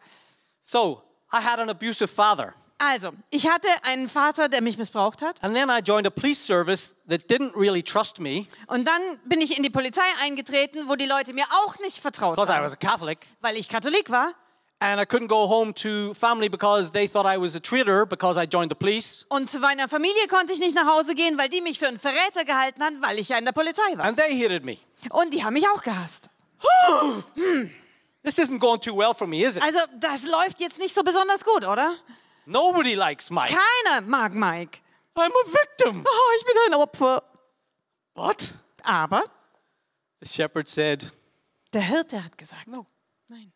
[SPEAKER 1] So I had an abusive father.
[SPEAKER 2] Also, ich hatte einen Vater, der mich missbraucht hat.
[SPEAKER 1] And then I joined a police service that didn't really trust me
[SPEAKER 2] Und dann bin ich in die Polizei eingetreten, wo die Leute mir auch nicht vertraut
[SPEAKER 1] because I
[SPEAKER 2] haben,
[SPEAKER 1] was a Catholic.
[SPEAKER 2] weil ich Katholik war.
[SPEAKER 1] And I couldn't go home to family because they thought I was a traitor because I joined the police.
[SPEAKER 2] Und zu meiner Familie konnte ich nicht nach Hause gehen, weil die mich für einen Verräter gehalten haben, weil ich ja in der Polizei war.
[SPEAKER 1] And they hated me.
[SPEAKER 2] Und die haben mich auch gehasst.
[SPEAKER 1] This isn't going too well for me, is it?
[SPEAKER 2] Also, das läuft jetzt nicht so besonders gut, oder?
[SPEAKER 1] Nobody likes Mike.
[SPEAKER 2] Keiner mag Mike.
[SPEAKER 1] I'm a victim.
[SPEAKER 2] Oh, ich bin ein Opfer.
[SPEAKER 1] What?
[SPEAKER 2] Aber
[SPEAKER 1] The shepherd said,
[SPEAKER 2] der Hirte hat gesagt. Nein.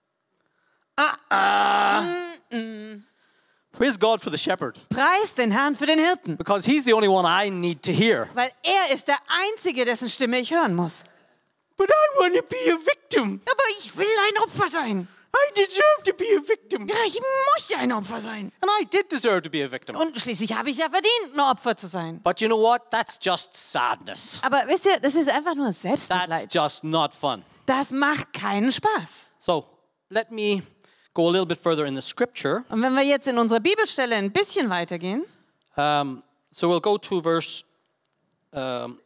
[SPEAKER 1] Praise God for the shepherd
[SPEAKER 2] Preis den Herrn für den Hirten,
[SPEAKER 1] because he's the only one I need to hear.
[SPEAKER 2] weil er ist der Einzige, dessen Stimme ich hören muss.
[SPEAKER 1] But I want to be a victim.
[SPEAKER 2] Aber ich will ein Opfer sein.
[SPEAKER 1] I deserve to be a victim.
[SPEAKER 2] Ja, ich muss ja ein Opfer sein.
[SPEAKER 1] And I did deserve to be a victim.
[SPEAKER 2] Und schließlich habe ich ja verdient, ein Opfer zu sein.
[SPEAKER 1] But you know what? That's just sadness.
[SPEAKER 2] Aber wisst ihr, das ist einfach nur
[SPEAKER 1] That's
[SPEAKER 2] Selbstmitleid.
[SPEAKER 1] just not fun.
[SPEAKER 2] Das macht keinen Spaß.
[SPEAKER 1] So let me go a little bit further in the scripture.
[SPEAKER 2] Und wenn wir jetzt in unserer Bibelstelle ein bisschen weitergehen,
[SPEAKER 1] Um, so we'll go to verse. Um,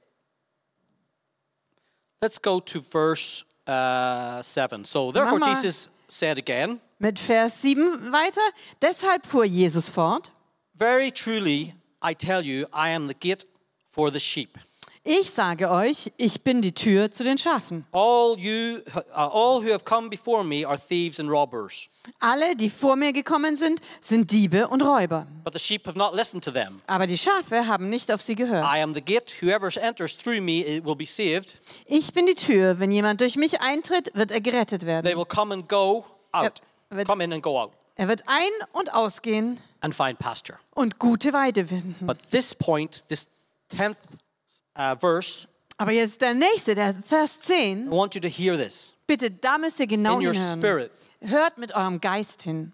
[SPEAKER 1] let's go to verse uh, 7. So therefore,
[SPEAKER 2] Mama.
[SPEAKER 1] Jesus said again,
[SPEAKER 2] mit Vers 7 weiter, deshalb fuhr Jesus fort,
[SPEAKER 1] Very truly, I tell you, I am the gate for the sheep.
[SPEAKER 2] ich sage euch, ich bin die Tür zu den Schafen.
[SPEAKER 1] All you, uh, all who have come before me are thieves and robbers,
[SPEAKER 2] Alle, die vor mir gekommen sind, sind Diebe und Räuber.
[SPEAKER 1] but the sheep have not listened to them.
[SPEAKER 2] Aber die Schafe haben nicht auf sie gehört.
[SPEAKER 1] I am the gate. Whoever enters through me it will be saved.
[SPEAKER 2] Ich bin die Tür. Wenn jemand durch mich eintritt, wird er gerettet
[SPEAKER 1] They
[SPEAKER 2] werden.
[SPEAKER 1] will come and go out.
[SPEAKER 2] but-
[SPEAKER 1] Come in and go out
[SPEAKER 2] Er wird ein- und ausgehen
[SPEAKER 1] and find pasture.
[SPEAKER 2] und gute Weide finden.
[SPEAKER 1] But this point, this 10th uh, verse,
[SPEAKER 2] Aber jetzt der nächste, der Vers 10.
[SPEAKER 1] I want you to hear this
[SPEAKER 2] Bitte, da müsst ihr genau
[SPEAKER 1] in your
[SPEAKER 2] hinhören.
[SPEAKER 1] spirit.
[SPEAKER 2] Hört mit eurem Geist hin.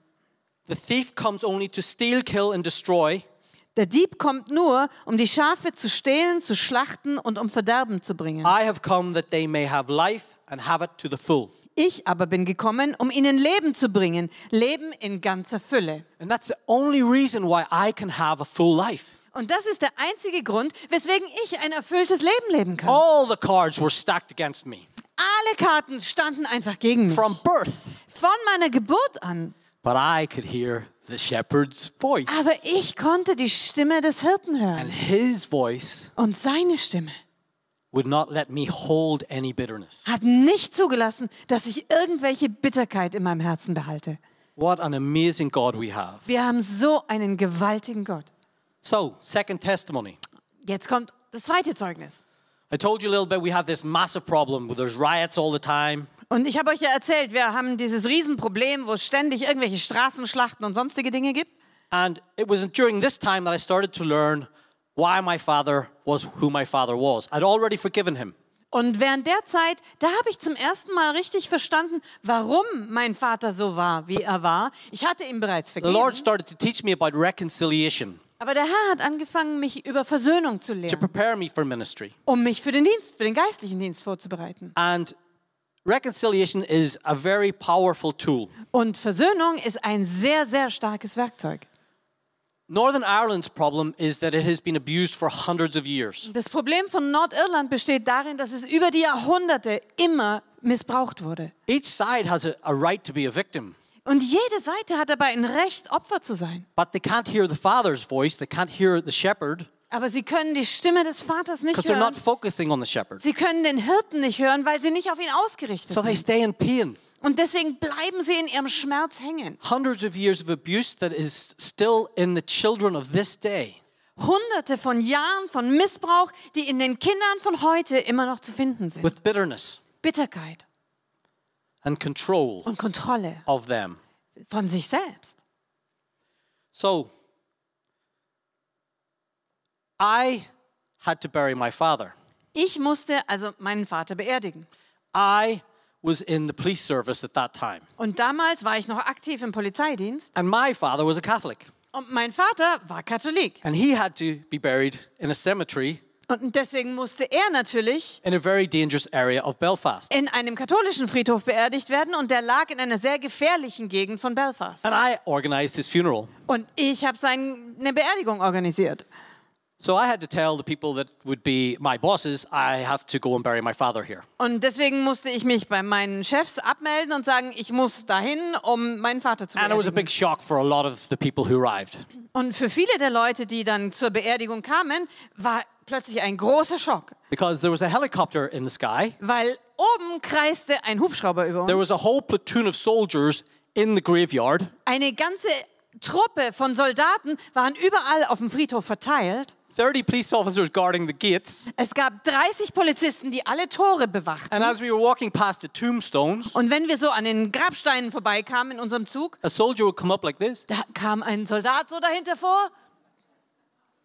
[SPEAKER 1] The thief comes only to steal, kill, and destroy.
[SPEAKER 2] Der Dieb kommt nur, um die Schafe zu stehlen, zu schlachten und um Verderben zu bringen.
[SPEAKER 1] I have come that they may have life and have it to the full.
[SPEAKER 2] Ich aber bin gekommen, um ihnen Leben zu bringen, Leben in ganzer Fülle.
[SPEAKER 1] And that's the only reason why I can have a full life.
[SPEAKER 2] Und das ist der einzige Grund, weswegen ich ein erfülltes Leben leben kann.
[SPEAKER 1] All the cards were stacked against me
[SPEAKER 2] Alle Karten standen einfach gegen mich.
[SPEAKER 1] from birth.
[SPEAKER 2] Von meiner Geburt an.
[SPEAKER 1] But I could hear the shepherd's voice.
[SPEAKER 2] Aber ich konnte die Stimme des Hirten hören
[SPEAKER 1] And his voice
[SPEAKER 2] und seine Stimme.
[SPEAKER 1] would not let me hold any bitterness.
[SPEAKER 2] hat nicht zugelassen, dass ich irgendwelche Bitterkeit in meinem Herzen behalte.
[SPEAKER 1] What an amazing God we have.
[SPEAKER 2] Wir haben so einen gewaltigen Gott.
[SPEAKER 1] So, second testimony.
[SPEAKER 2] Jetzt kommt das zweite Zeugnis.
[SPEAKER 1] I told you a little bit, we have this massive problem where there's riots all the time.
[SPEAKER 2] Und ich habe euch ja erzählt, wir haben dieses Riesenproblem, wo es ständig irgendwelche Straßenschlachten und sonstige Dinge gibt.
[SPEAKER 1] And it was during this time that I started to learn why my father was who my father was. I'd already forgiven him.
[SPEAKER 2] Und während der Zeit, da habe ich zum ersten Mal richtig verstanden, warum mein Vater so war, wie er war. Ich hatte ihm bereits
[SPEAKER 1] The
[SPEAKER 2] vergeben.
[SPEAKER 1] Lord started to teach me about reconciliation
[SPEAKER 2] Aber der Herr hat angefangen, mich über Versöhnung zu
[SPEAKER 1] to
[SPEAKER 2] lehren,
[SPEAKER 1] prepare me for ministry.
[SPEAKER 2] um mich für den Dienst, für den geistlichen Dienst vorzubereiten.
[SPEAKER 1] And reconciliation is a very powerful tool.
[SPEAKER 2] Und Versöhnung ist ein sehr, sehr starkes Werkzeug.
[SPEAKER 1] Northern Ireland's problem is that it has been abused for hundreds of years.
[SPEAKER 2] Das Problem von Nordirland besteht darin, dass es über die Jahrhunderte immer missbraucht wurde.
[SPEAKER 1] Each side has a, a right to be a victim,
[SPEAKER 2] Und jede Seite hat dabei ein Recht, Opfer zu sein.
[SPEAKER 1] but they can't hear the father's voice, they can't hear the shepherd,
[SPEAKER 2] Aber sie können die Stimme des Vaters nicht
[SPEAKER 1] because they're
[SPEAKER 2] hören.
[SPEAKER 1] not focusing on the shepherd.
[SPEAKER 2] Sie können den Hirten nicht hören, weil sie nicht auf ihn ausgerichtet
[SPEAKER 1] So they
[SPEAKER 2] sind.
[SPEAKER 1] stay in pain.
[SPEAKER 2] Und deswegen bleiben sie in ihrem Schmerz hängen.
[SPEAKER 1] Hundreds of years of abuse that is still in the children of this day.
[SPEAKER 2] Hunderte von Jahren von Missbrauch, die in den Kindern von heute immer noch zu finden sind.
[SPEAKER 1] with bitterness
[SPEAKER 2] Bitterkeit
[SPEAKER 1] and control
[SPEAKER 2] und Kontrolle
[SPEAKER 1] of them.
[SPEAKER 2] von sich selbst.
[SPEAKER 1] So I had to bury my father.
[SPEAKER 2] Ich musste also meinen Vater beerdigen.
[SPEAKER 1] I was in the police service at that time.
[SPEAKER 2] Und damals war ich noch aktiv im Polizeidienst
[SPEAKER 1] And my father was a Catholic.
[SPEAKER 2] und mein Vater war Katholik.
[SPEAKER 1] And he had to be buried in a cemetery
[SPEAKER 2] Und deswegen musste er natürlich
[SPEAKER 1] in a very dangerous area of Belfast.
[SPEAKER 2] in einem katholischen Friedhof beerdigt werden und der lag in einer sehr gefährlichen Gegend von Belfast.
[SPEAKER 1] And I organized his funeral.
[SPEAKER 2] Und ich habe seine Beerdigung organisiert.
[SPEAKER 1] So I had to tell the people that would be my bosses, I have to go and bury my father here.
[SPEAKER 2] Und deswegen musste ich mich bei meinen Chefs abmelden und sagen, ich muss dahin, um meinen Vater zu
[SPEAKER 1] And it was a
[SPEAKER 2] beerdigen.
[SPEAKER 1] big shock for a lot of the people who arrived.
[SPEAKER 2] Und für viele der Leute, die dann zur Beerdigung kamen, war plötzlich ein großer Schock,
[SPEAKER 1] Because there was a helicopter in the sky
[SPEAKER 2] weil oben kreiste ein Hubschrauber über uns.
[SPEAKER 1] There was a whole platoon of soldiers in the graveyard,
[SPEAKER 2] Eine ganze Truppe von Soldaten waren überall auf dem Friedhof verteilt.
[SPEAKER 1] 30 police officers guarding the gates.
[SPEAKER 2] Es gab 30 Polizisten, die alle Tore bewachten.
[SPEAKER 1] And as we were walking past the tombstones,
[SPEAKER 2] Und wenn wir so an den Grabsteinen vorbeikamen in unserem Zug,
[SPEAKER 1] a soldier would come up like this
[SPEAKER 2] da kam ein Soldat so dahinter vor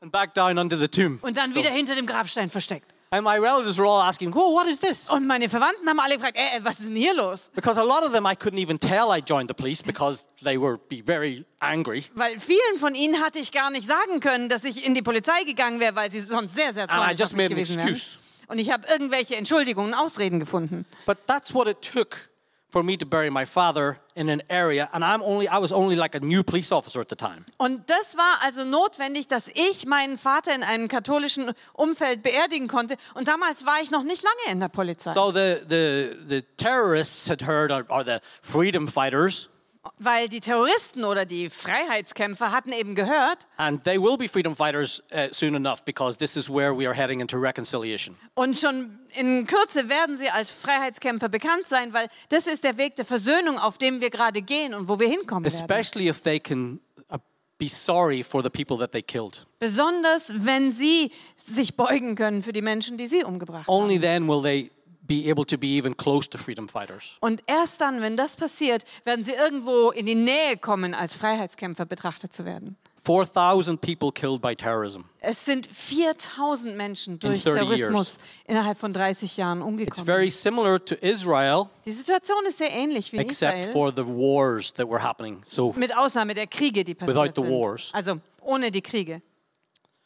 [SPEAKER 1] and back down under the tomb.
[SPEAKER 2] und dann wieder hinter dem Grabstein versteckt.
[SPEAKER 1] And my relatives were all asking, Whoa, what is this?
[SPEAKER 2] Und meine Verwandten haben alle gefragt, äh, äh, was ist denn hier los?
[SPEAKER 1] Because a lot of them I couldn't even tell I joined the police because they were be very angry.
[SPEAKER 2] Weil vielen von ihnen hatte ich gar nicht sagen können, dass ich in die Polizei gegangen wäre, weil sie sonst sehr, sehr
[SPEAKER 1] And I
[SPEAKER 2] zornig
[SPEAKER 1] Ah, just
[SPEAKER 2] auf mich
[SPEAKER 1] made an
[SPEAKER 2] gewesen wären.
[SPEAKER 1] excuse.
[SPEAKER 2] Und ich habe irgendwelche Entschuldigungen, Ausreden gefunden.
[SPEAKER 1] But that's what it took for me to bury my father in an area and I'm only I was only like a new police officer at the time.
[SPEAKER 2] Und das war also notwendig, dass ich meinen Vater in einem katholischen Umfeld beerdigen konnte. Und damals war ich noch nicht lange in der Polizei,
[SPEAKER 1] So the the the terrorists had heard or, or the freedom fighters
[SPEAKER 2] weil die Terroristen oder die Freiheitskämpfer hatten eben gehört.
[SPEAKER 1] And they will be freedom fighters uh, soon enough because this is where we are heading into reconciliation.
[SPEAKER 2] Und schon in Kürze werden sie als Freiheitskämpfer bekannt sein, weil das ist der Weg der Versöhnung, auf dem wir gerade gehen und wo wir hinkommen werden.
[SPEAKER 1] Especially if they can uh, be sorry for the people that they killed.
[SPEAKER 2] Besonders wenn sie sich beugen können für die Menschen, die sie umgebracht haben.
[SPEAKER 1] Only then will they be able to be even close to freedom fighters.
[SPEAKER 2] Und erst dann, wenn das passiert, werden sie irgendwo in die Nähe kommen, als Freiheitskämpfer betrachtet zu werden.
[SPEAKER 1] 4,000 people killed by terrorism.
[SPEAKER 2] Es sind 4000 Menschen durch
[SPEAKER 1] 30
[SPEAKER 2] Terrorismus
[SPEAKER 1] years.
[SPEAKER 2] innerhalb von 30 Jahren
[SPEAKER 1] It's
[SPEAKER 2] umgekommen.
[SPEAKER 1] very similar to Israel,
[SPEAKER 2] Die Situation ist sehr ähnlich wie in
[SPEAKER 1] except
[SPEAKER 2] Israel,
[SPEAKER 1] for the wars that were happening. So,
[SPEAKER 2] mit Ausnahme der Kriege, die
[SPEAKER 1] Without
[SPEAKER 2] passiert
[SPEAKER 1] the
[SPEAKER 2] sind.
[SPEAKER 1] wars.
[SPEAKER 2] Also ohne die Kriege,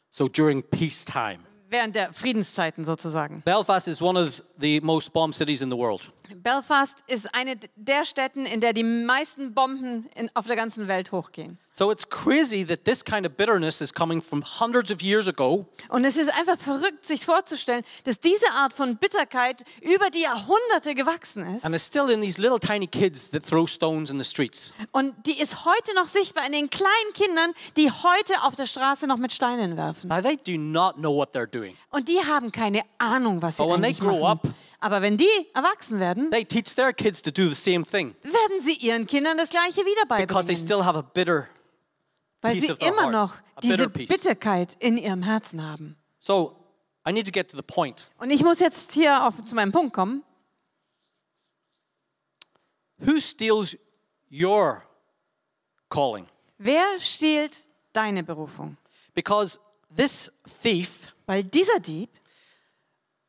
[SPEAKER 1] so during peacetime.
[SPEAKER 2] während der Friedenszeiten sozusagen.
[SPEAKER 1] Belfast is one of the most bombed cities in the world.
[SPEAKER 2] Belfast ist eine der Städten, in der die meisten Bomben in, auf der ganzen Welt hochgehen.
[SPEAKER 1] So it's crazy that this kind of bitterness is coming from hundreds of years ago
[SPEAKER 2] Und es ist einfach verrückt, sich vorzustellen, dass diese Art von Bitterkeit über die Jahrhunderte gewachsen ist.
[SPEAKER 1] and is still in these little tiny kids that throw stones in the streets.
[SPEAKER 2] Und die ist heute noch sichtbar in den kleinen Kindern, die heute auf der Straße noch mit Steinen werfen.
[SPEAKER 1] Now they do not know what they're doing.
[SPEAKER 2] Und die haben keine Ahnung, was sie
[SPEAKER 1] But when they
[SPEAKER 2] eigentlich
[SPEAKER 1] grow up-
[SPEAKER 2] machen. Aber wenn die erwachsen werden,
[SPEAKER 1] They teach their kids to do the same thing
[SPEAKER 2] werden sie ihren Kindern das Gleiche wieder
[SPEAKER 1] because they
[SPEAKER 2] beibringen,
[SPEAKER 1] still have a bitter.
[SPEAKER 2] weil
[SPEAKER 1] piece
[SPEAKER 2] sie
[SPEAKER 1] of their
[SPEAKER 2] immer
[SPEAKER 1] heart,
[SPEAKER 2] noch
[SPEAKER 1] a bitter
[SPEAKER 2] diese
[SPEAKER 1] piece.
[SPEAKER 2] Bitterkeit in ihrem Herzen haben.
[SPEAKER 1] So I need to get to the point.
[SPEAKER 2] Und ich muss jetzt hier auf, zu meinem Punkt kommen.
[SPEAKER 1] Who steals your calling?
[SPEAKER 2] Wer stiehlt deine Berufung?
[SPEAKER 1] Because this thief,
[SPEAKER 2] Weil dieser Dieb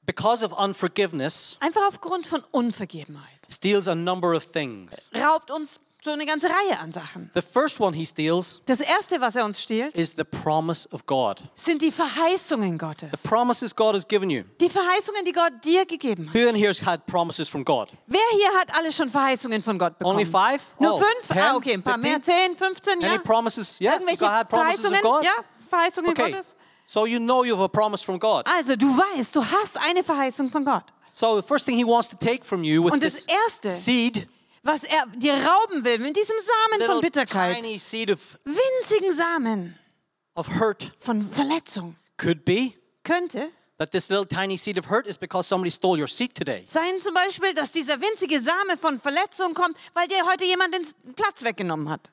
[SPEAKER 1] because of unforgiveness,
[SPEAKER 2] einfach aufgrund von Unvergebenheit
[SPEAKER 1] steals a number of things.
[SPEAKER 2] raubt uns so eine ganze Reihe an Sachen.
[SPEAKER 1] The first one he steals
[SPEAKER 2] Das Erste, was er uns stiehlt,
[SPEAKER 1] is the promise of God.
[SPEAKER 2] sind die Verheißungen Gottes.
[SPEAKER 1] The promises God has given you.
[SPEAKER 2] Die Verheißungen, die Gott dir gegeben hat.
[SPEAKER 1] Who in here has had promises from God?
[SPEAKER 2] Wer hier hat alle schon Verheißungen von Gott bekommen?
[SPEAKER 1] Only five?
[SPEAKER 2] Nur
[SPEAKER 1] Oh,
[SPEAKER 2] fünf?
[SPEAKER 1] ten,
[SPEAKER 2] ah, okay, ein paar mehr.
[SPEAKER 1] 15?
[SPEAKER 2] Zehn, 15, ja.
[SPEAKER 1] Any promises? Yeah, you
[SPEAKER 2] Irgendwelche
[SPEAKER 1] got had promises
[SPEAKER 2] Verheißungen?
[SPEAKER 1] of God?
[SPEAKER 2] Ja, Verheißungen
[SPEAKER 1] Okay,
[SPEAKER 2] Gottes.
[SPEAKER 1] so you know you have a promise from God.
[SPEAKER 2] Also, du weißt, du hast eine Verheißung von Gott.
[SPEAKER 1] So the first thing he wants to take from you with
[SPEAKER 2] Und das
[SPEAKER 1] this
[SPEAKER 2] Erste,
[SPEAKER 1] seed,
[SPEAKER 2] was er dir rauben will mit diesem Samen von
[SPEAKER 1] little
[SPEAKER 2] Bitterkeit,
[SPEAKER 1] tiny seed of,
[SPEAKER 2] winzigen Samen
[SPEAKER 1] of hurt,
[SPEAKER 2] von Verletzung,
[SPEAKER 1] could be
[SPEAKER 2] könnte
[SPEAKER 1] that this little tiny seed of hurt is because somebody stole your seat today.
[SPEAKER 2] sein zum Beispiel, dass dieser winzige Same von Verletzung kommt, weil dir heute jemand den Platz weggenommen hat.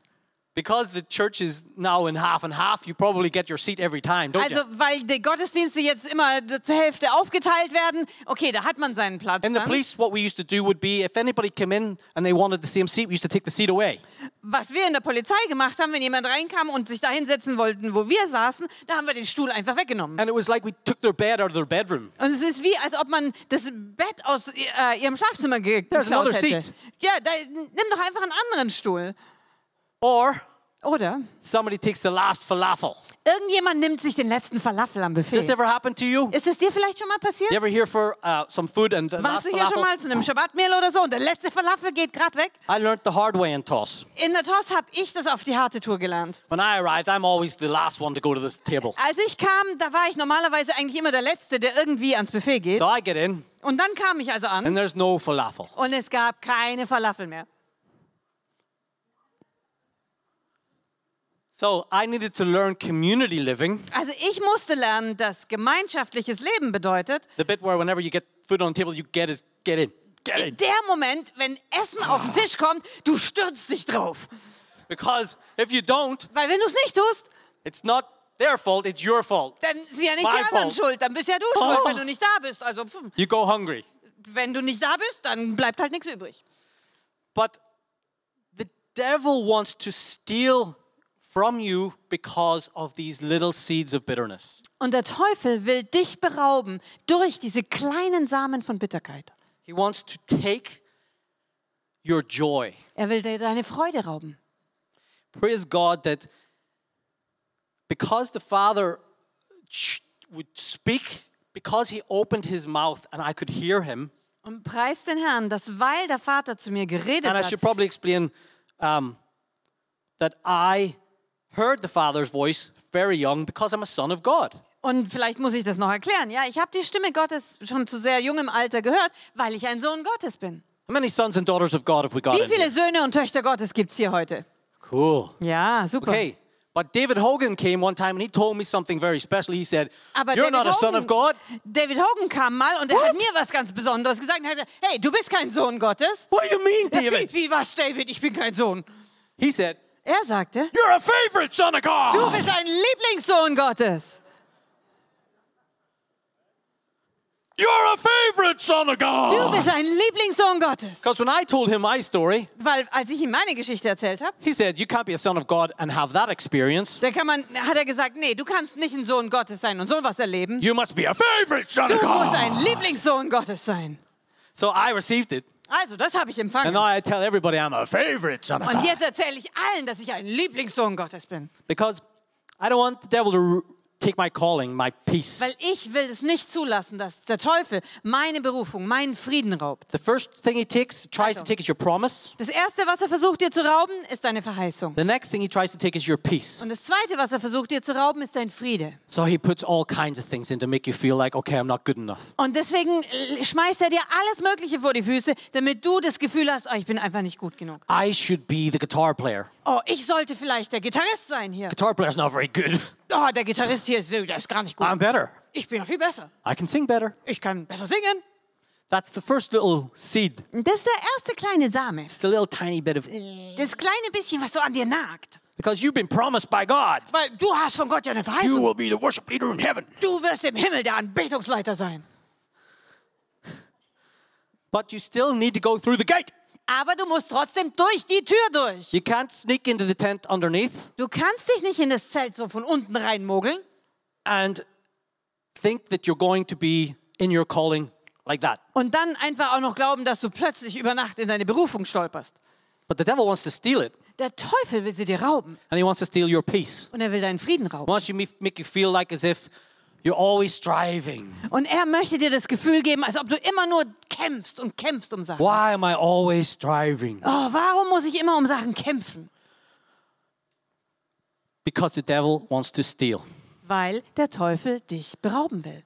[SPEAKER 1] Because the church is now in half and half, you probably get your seat every time, don't
[SPEAKER 2] Also,
[SPEAKER 1] you?
[SPEAKER 2] weil die Gottesdienste jetzt immer zur Hälfte aufgeteilt werden, okay, da hat man seinen Platz.
[SPEAKER 1] In the
[SPEAKER 2] Dann.
[SPEAKER 1] police, what we used to do would be if anybody came in and they wanted the same seat, we used to take the seat away.
[SPEAKER 2] Was wir in der Polizei gemacht haben, wenn jemand reinkam und sich da hinsetzen wollten, wo wir saßen, da haben wir den Stuhl einfach weggenommen.
[SPEAKER 1] And it was like we took their bed out of their bedroom.
[SPEAKER 2] Und es ist wie, als ob man das Bett aus äh, ihrem Schlafzimmer ge
[SPEAKER 1] There's
[SPEAKER 2] geklaut
[SPEAKER 1] another
[SPEAKER 2] hätte.
[SPEAKER 1] seat.
[SPEAKER 2] Ja, da, nimm doch einfach einen anderen Stuhl.
[SPEAKER 1] Or
[SPEAKER 2] Oder
[SPEAKER 1] somebody takes the last falafel.
[SPEAKER 2] irgendjemand nimmt sich den letzten Falafel am Buffet.
[SPEAKER 1] Has this ever happened to you?
[SPEAKER 2] Ist das dir vielleicht schon mal passiert?
[SPEAKER 1] You ever here for uh, some food and the last
[SPEAKER 2] Warst du hier schon
[SPEAKER 1] falafel?
[SPEAKER 2] mal zu einem Schabbatmehl oder so und der letzte Falafel geht gerade weg?
[SPEAKER 1] I learned the hard way in Toss.
[SPEAKER 2] In der TOS habe ich das auf die harte Tour gelernt.
[SPEAKER 1] When I arrived, I'm always the last one to go to the table.
[SPEAKER 2] Als ich kam, da war ich normalerweise eigentlich immer der Letzte, der irgendwie ans Buffet geht.
[SPEAKER 1] So I get in
[SPEAKER 2] Und dann kam ich also an
[SPEAKER 1] and there's no falafel.
[SPEAKER 2] und es gab keine Falafel mehr.
[SPEAKER 1] So I needed to learn community living,
[SPEAKER 2] Also ich musste lernen, dass gemeinschaftliches Leben bedeutet,
[SPEAKER 1] the bit where whenever you get food on the table, you get is get in. Get in.
[SPEAKER 2] der Moment, wenn Essen auf den Tisch kommt, du stürzt dich drauf.
[SPEAKER 1] Because if you don't,
[SPEAKER 2] Weil wenn du es nicht tust,
[SPEAKER 1] it's not their fault, it's your fault.
[SPEAKER 2] dann sind ja nicht
[SPEAKER 1] My
[SPEAKER 2] die anderen
[SPEAKER 1] fault.
[SPEAKER 2] schuld, dann bist ja du schuld,
[SPEAKER 1] Oh.
[SPEAKER 2] wenn du nicht da bist. Also pf,
[SPEAKER 1] You go hungry.
[SPEAKER 2] wenn du nicht da bist, dann bleibt halt nichts übrig.
[SPEAKER 1] But the devil wants to steal from you because of these little seeds of bitterness.
[SPEAKER 2] Und der Teufel will dich berauben durch diese kleinen Samen von Bitterkeit.
[SPEAKER 1] He wants to take your joy.
[SPEAKER 2] Er will dir deine Freude rauben.
[SPEAKER 1] Praise God that because the Father ch- would speak, because he opened his mouth and I could hear him,
[SPEAKER 2] Und preis den Herrn, dass weil der Vater zu mir geredet
[SPEAKER 1] and I
[SPEAKER 2] hat,
[SPEAKER 1] should probably explain um, that I heard the Father's voice very young because I'm a son of God.
[SPEAKER 2] und vielleicht muss ich das noch erklären, ja, ich habe die Stimme Gottes schon zu sehr jungem Alter gehört, weil ich ein Sohn Gottes bin.
[SPEAKER 1] How many sons and daughters of God have we got?
[SPEAKER 2] Wie
[SPEAKER 1] in here?
[SPEAKER 2] viele Söhne und Töchter Gottes gibt es hier heute?
[SPEAKER 1] Cool.
[SPEAKER 2] Ja, super.
[SPEAKER 1] Okay. But David Hogan came one time and he told me something very special. He said,
[SPEAKER 2] Aber
[SPEAKER 1] You're
[SPEAKER 2] Ah, David
[SPEAKER 1] not a
[SPEAKER 2] Hogan,
[SPEAKER 1] son of God.
[SPEAKER 2] David Hogan kam mal und er hat mir was ganz Besonderes gesagt. Er hat gesagt, hey, du bist kein Sohn Gottes.
[SPEAKER 1] What do you mean,
[SPEAKER 2] Ja, Wie,
[SPEAKER 1] David?
[SPEAKER 2] wie was, David? Ich bin kein Sohn.
[SPEAKER 1] He said,
[SPEAKER 2] Er sagte,
[SPEAKER 1] You're a favorite son of God.
[SPEAKER 2] du bist ein Lieblingssohn Gottes.
[SPEAKER 1] You're a favorite son of
[SPEAKER 2] Du
[SPEAKER 1] God.
[SPEAKER 2] bist ein Lieblingssohn Gottes.
[SPEAKER 1] Because when I told him my story,
[SPEAKER 2] Weil als ich ihm meine Geschichte erzählt habe,
[SPEAKER 1] he said, You can't be a son of God and have that experience.
[SPEAKER 2] da kann man, hat er gesagt, nee, du kannst nicht ein Sohn Gottes sein und sowas erleben.
[SPEAKER 1] You must be a favorite son
[SPEAKER 2] Du
[SPEAKER 1] of
[SPEAKER 2] musst
[SPEAKER 1] God.
[SPEAKER 2] ein Lieblingssohn Gottes sein.
[SPEAKER 1] So I received it.
[SPEAKER 2] Also, das habe ich
[SPEAKER 1] And
[SPEAKER 2] empfangen.
[SPEAKER 1] now I tell everybody I'm a favorite son of
[SPEAKER 2] Und
[SPEAKER 1] God.
[SPEAKER 2] jetzt erzähle ich allen, dass ich ein Lieblingssohn Gottes bin.
[SPEAKER 1] Because I don't want the devil to r- take my calling, my peace.
[SPEAKER 2] Weil ich will es nicht zulassen, dass der Teufel meine Berufung, meinen Frieden raubt.
[SPEAKER 1] The first thing he takes, tries to
[SPEAKER 2] Also.
[SPEAKER 1] take is your promise.
[SPEAKER 2] Das Erste, was er versucht dir zu rauben, ist deine Verheißung.
[SPEAKER 1] The next thing he tries to take is your peace.
[SPEAKER 2] Und das Zweite, was er versucht dir zu rauben, ist dein Friede.
[SPEAKER 1] So he puts all kinds of things in to make you feel like, okay, I'm not good enough.
[SPEAKER 2] Und deswegen äh, schmeißt er dir alles Mögliche vor die Füße, damit du das Gefühl hast, oh, ich bin einfach nicht gut genug.
[SPEAKER 1] I should be the guitar player.
[SPEAKER 2] Oh, ich sollte vielleicht der Gitarrist sein hier.
[SPEAKER 1] Guitar player's not very good.
[SPEAKER 2] Oh, der Gitarrist hier ist, der ist gar nicht gut.
[SPEAKER 1] I'm better.
[SPEAKER 2] Ich bin ja viel besser.
[SPEAKER 1] I can sing better.
[SPEAKER 2] Ich kann besser singen.
[SPEAKER 1] That's the first little seed.
[SPEAKER 2] Und Das ist der erste kleine Same.
[SPEAKER 1] It's the little tiny bit of eh.
[SPEAKER 2] Das kleine bisschen, was so an dir nagt.
[SPEAKER 1] because you've been promised by God.
[SPEAKER 2] Weil du hast von Gott ja eine
[SPEAKER 1] You
[SPEAKER 2] Verheißung.
[SPEAKER 1] will be the worship leader in heaven.
[SPEAKER 2] Du wirst im Himmel der Anbetungsleiter sein.
[SPEAKER 1] But you still need to go through the gate.
[SPEAKER 2] Aber du musst trotzdem durch die Tür durch.
[SPEAKER 1] You can't sneak into the tent underneath
[SPEAKER 2] Du kannst dich nicht in das Zelt so von unten reinmogeln
[SPEAKER 1] and think that you're going to be in your calling like that.
[SPEAKER 2] und dann einfach auch noch glauben, dass du plötzlich über Nacht in deine Berufung stolperst.
[SPEAKER 1] But the devil wants to steal it,
[SPEAKER 2] Der Teufel will sie dir rauben
[SPEAKER 1] and he wants to steal your peace.
[SPEAKER 2] und er will deinen Frieden rauben.
[SPEAKER 1] He wants you me- make you feel like as if you're always striving.
[SPEAKER 2] Und er möchte dir das Gefühl geben, als ob du immer nur kämpfst und kämpfst um Sachen.
[SPEAKER 1] Why am I always striving?
[SPEAKER 2] Oh, warum muss ich immer um Sachen kämpfen?
[SPEAKER 1] Because the devil wants to steal.
[SPEAKER 2] Weil der Teufel dich berauben will.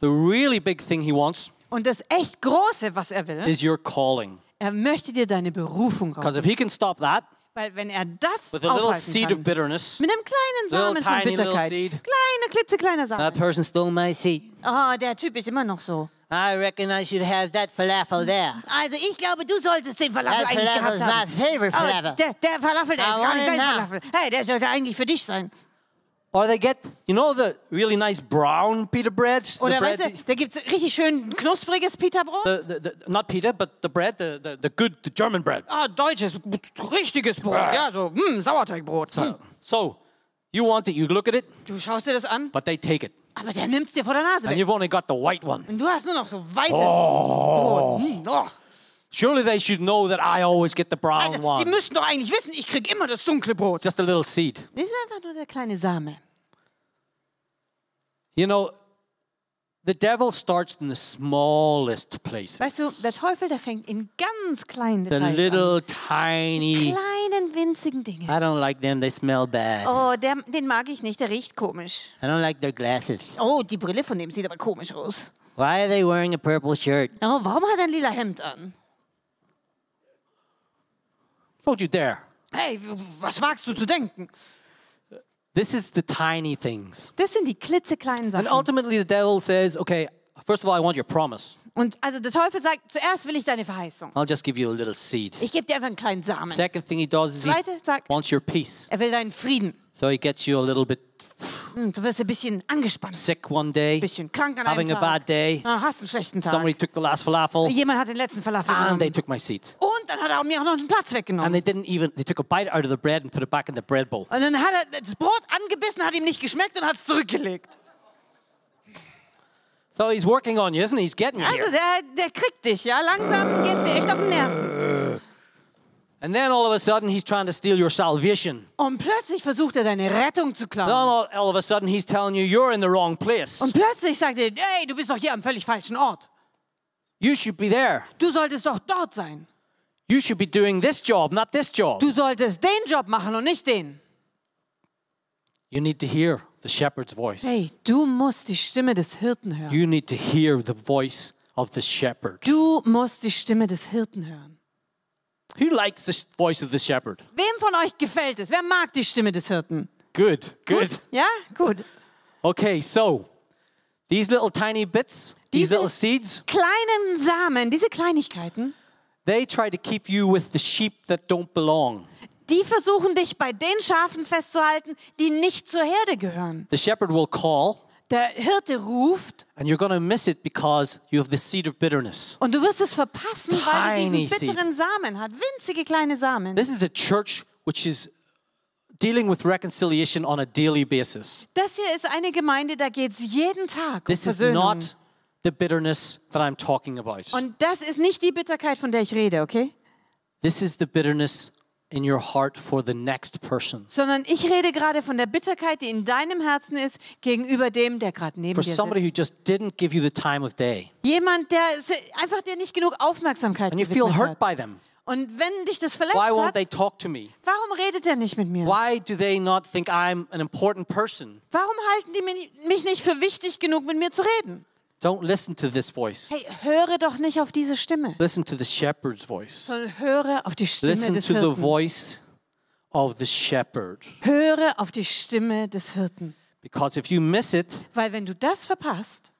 [SPEAKER 1] The really big thing he wants
[SPEAKER 2] Und das echt Große, was er will,
[SPEAKER 1] is your calling.
[SPEAKER 2] er möchte dir deine Berufung rauben.
[SPEAKER 1] Because if he can stop that
[SPEAKER 2] Weil wenn er das
[SPEAKER 1] with a little
[SPEAKER 2] aufhalten
[SPEAKER 1] seed
[SPEAKER 2] kann,
[SPEAKER 1] of bitterness,
[SPEAKER 2] mit einem kleinen Samen von
[SPEAKER 1] tiny little
[SPEAKER 2] Bitterkeit,
[SPEAKER 1] seed.
[SPEAKER 2] kleine, klitzekleiner
[SPEAKER 1] that
[SPEAKER 2] Samen.
[SPEAKER 1] person stole my seed.
[SPEAKER 2] Oh, der Typ ist immer noch so.
[SPEAKER 1] I reckon I should have that falafel there.
[SPEAKER 2] Also ich glaube, du solltest den Falafel
[SPEAKER 1] That
[SPEAKER 2] eigentlich
[SPEAKER 1] Falafel
[SPEAKER 2] gehabt haben.
[SPEAKER 1] is my favorite Falafel.
[SPEAKER 2] Oh, der, der Falafel, der
[SPEAKER 1] I
[SPEAKER 2] ist gar
[SPEAKER 1] want
[SPEAKER 2] nicht
[SPEAKER 1] it
[SPEAKER 2] dein
[SPEAKER 1] now.
[SPEAKER 2] Falafel. Hey, der sollte eigentlich für dich sein.
[SPEAKER 1] Or they get, you know, the really nice brown pita bread.
[SPEAKER 2] Oder
[SPEAKER 1] the bread
[SPEAKER 2] weißt du, da gibt es richtig schön knuspriges Pita-Brot.
[SPEAKER 1] the, the, the, not pita, but the bread, the, the, the good, the German bread.
[SPEAKER 2] Ah, deutsches, richtiges Brot. Ja, so mm, Sauerteigbrot. Hm.
[SPEAKER 1] So you want it, you look at it,
[SPEAKER 2] Du schaust dir das an,
[SPEAKER 1] but they take it.
[SPEAKER 2] aber der nimmt's dir vor der
[SPEAKER 1] And
[SPEAKER 2] Nase
[SPEAKER 1] Oh.
[SPEAKER 2] weg.
[SPEAKER 1] you've only got the white one.
[SPEAKER 2] Und du hast nur noch so weißes Brot. Hm, oh.
[SPEAKER 1] Surely they should know that I always get the brown
[SPEAKER 2] Alter, die
[SPEAKER 1] one.
[SPEAKER 2] müssen doch eigentlich wissen, ich krieg immer das dunkle Brot.
[SPEAKER 1] Just a little seed.
[SPEAKER 2] Das ist einfach nur der kleine Same.
[SPEAKER 1] You know, the devil starts in the smallest places.
[SPEAKER 2] Weißt du, der Teufel, der fängt in ganz kleinen
[SPEAKER 1] the
[SPEAKER 2] Details
[SPEAKER 1] little
[SPEAKER 2] an.
[SPEAKER 1] tiny.
[SPEAKER 2] Kleinen, winzigen Dinge.
[SPEAKER 1] I don't like them, they smell bad.
[SPEAKER 2] Oh, der, den mag ich nicht, der riecht komisch.
[SPEAKER 1] I don't like their glasses.
[SPEAKER 2] Oh, die Brille von dem sieht aber komisch aus.
[SPEAKER 1] Why are they wearing a purple shirt?
[SPEAKER 2] Oh, warum hat er ein lila Hemd an?
[SPEAKER 1] Don't you dare.
[SPEAKER 2] Hey, was wagst du zu denken?
[SPEAKER 1] This is the tiny things.
[SPEAKER 2] Das sind die klitzekleinen
[SPEAKER 1] And
[SPEAKER 2] Sachen.
[SPEAKER 1] ultimately, the devil says, okay, first of all, I want your promise.
[SPEAKER 2] Und also der Teufel sagt, zuerst will ich deine Verheißung.
[SPEAKER 1] I'll just give you a little seed.
[SPEAKER 2] Ich gebe dir einfach einen kleinen Samen.
[SPEAKER 1] Second thing he does is he
[SPEAKER 2] Zweite sagt,
[SPEAKER 1] wants your peace.
[SPEAKER 2] er will deinen Frieden.
[SPEAKER 1] So he gets you a little bit
[SPEAKER 2] Hm, du wirst ein bisschen angespannt, ein
[SPEAKER 1] sick one day,
[SPEAKER 2] bisschen krank an einem
[SPEAKER 1] having a bad
[SPEAKER 2] Tag.
[SPEAKER 1] day.
[SPEAKER 2] Ah, hast einen schlechten Tag.
[SPEAKER 1] Somebody took the last falafel
[SPEAKER 2] Jemand hat den letzten Falafel
[SPEAKER 1] and they
[SPEAKER 2] genommen.
[SPEAKER 1] took my seat.
[SPEAKER 2] Und dann hat er mir auch noch einen Platz weggenommen.
[SPEAKER 1] And they didn't even, they took a bite out of the bread and put it back in the bread bowl.
[SPEAKER 2] Und dann hat er das Brot angebissen, hat ihm nicht geschmeckt und hat es zurückgelegt.
[SPEAKER 1] So he's working on you, isn't he? He's getting you.
[SPEAKER 2] Also
[SPEAKER 1] Here.
[SPEAKER 2] der, der kriegt dich, ja. Langsam geht's dir echt auf den Nerven.
[SPEAKER 1] And then all of a sudden, he's trying to steal your salvation.
[SPEAKER 2] Und plötzlich versucht er deine Rettung zu
[SPEAKER 1] Then
[SPEAKER 2] klauen.
[SPEAKER 1] all, all of a sudden, he's telling you you're in the wrong place.
[SPEAKER 2] Und plötzlich sagt er, hey, du bist doch hier am völlig falschen Ort.
[SPEAKER 1] You should be there.
[SPEAKER 2] Du solltest doch dort sein.
[SPEAKER 1] You should be doing this job, not this job.
[SPEAKER 2] Du solltest den Job machen und nicht den.
[SPEAKER 1] You need to hear the shepherd's voice.
[SPEAKER 2] Hey, du musst die Stimme des Hirten hören.
[SPEAKER 1] You need to hear the voice of the shepherd.
[SPEAKER 2] Du musst die Stimme des Hirten hören.
[SPEAKER 1] Who likes the sh- voice of the shepherd?
[SPEAKER 2] Wem von euch gefällt es? Wer mag die Stimme des Hirten?
[SPEAKER 1] Good, good.
[SPEAKER 2] Ja, gut.
[SPEAKER 1] Okay, so these little tiny bits, these
[SPEAKER 2] Diese-
[SPEAKER 1] little seeds,
[SPEAKER 2] Kleinen Samen, diese Kleinigkeiten,
[SPEAKER 1] they try to keep you with the sheep that don't belong.
[SPEAKER 2] die versuchen dich bei den Schafen festzuhalten, die nicht zur Herde gehören.
[SPEAKER 1] The shepherd will call,
[SPEAKER 2] Der Hirte ruft
[SPEAKER 1] and you're going to miss it because you have the seed of bitterness.
[SPEAKER 2] und du wirst es verpassen, weil du
[SPEAKER 1] Tiny
[SPEAKER 2] diesen
[SPEAKER 1] seed.
[SPEAKER 2] bitteren Samen hat. Winzige kleine Samen.
[SPEAKER 1] This is a church which is dealing with reconciliation on a daily basis.
[SPEAKER 2] Das hier ist eine Gemeinde, da geht es jeden Tag um
[SPEAKER 1] This is
[SPEAKER 2] Versöhnung.
[SPEAKER 1] not the bitterness that I'm talking about.
[SPEAKER 2] Und das ist nicht die Bitterkeit, von der ich rede, okay?
[SPEAKER 1] This is the bitterness in your heart for the next person.
[SPEAKER 2] sondern ich rede gerade von der Bitterkeit, die in deinem Herzen ist, gegenüber dem, der gerade neben
[SPEAKER 1] For
[SPEAKER 2] dir
[SPEAKER 1] somebody
[SPEAKER 2] sitzt.
[SPEAKER 1] who just didn't give you the time of day.
[SPEAKER 2] Jemand, der se- einfach dir nicht genug Aufmerksamkeit
[SPEAKER 1] And you feel
[SPEAKER 2] gewidmet
[SPEAKER 1] hurt
[SPEAKER 2] hat.
[SPEAKER 1] by them.
[SPEAKER 2] Und wenn dich das verletzt
[SPEAKER 1] Why won't
[SPEAKER 2] hat,
[SPEAKER 1] they talk to me?
[SPEAKER 2] warum redet er nicht mit mir?
[SPEAKER 1] Why do they not think I'm an important person?
[SPEAKER 2] Warum halten die mi- mich nicht für wichtig genug, mit mir zu reden?
[SPEAKER 1] Don't listen to this voice.
[SPEAKER 2] Hey, höre doch nicht auf diese Stimme,
[SPEAKER 1] Listen to the shepherd's voice.
[SPEAKER 2] sondern höre auf die Stimme
[SPEAKER 1] Listen
[SPEAKER 2] des
[SPEAKER 1] to the
[SPEAKER 2] Hirten.
[SPEAKER 1] voice of the shepherd.
[SPEAKER 2] Höre auf die Stimme des Hirten.
[SPEAKER 1] Because if you miss it,
[SPEAKER 2] Weil wenn du das verpasst,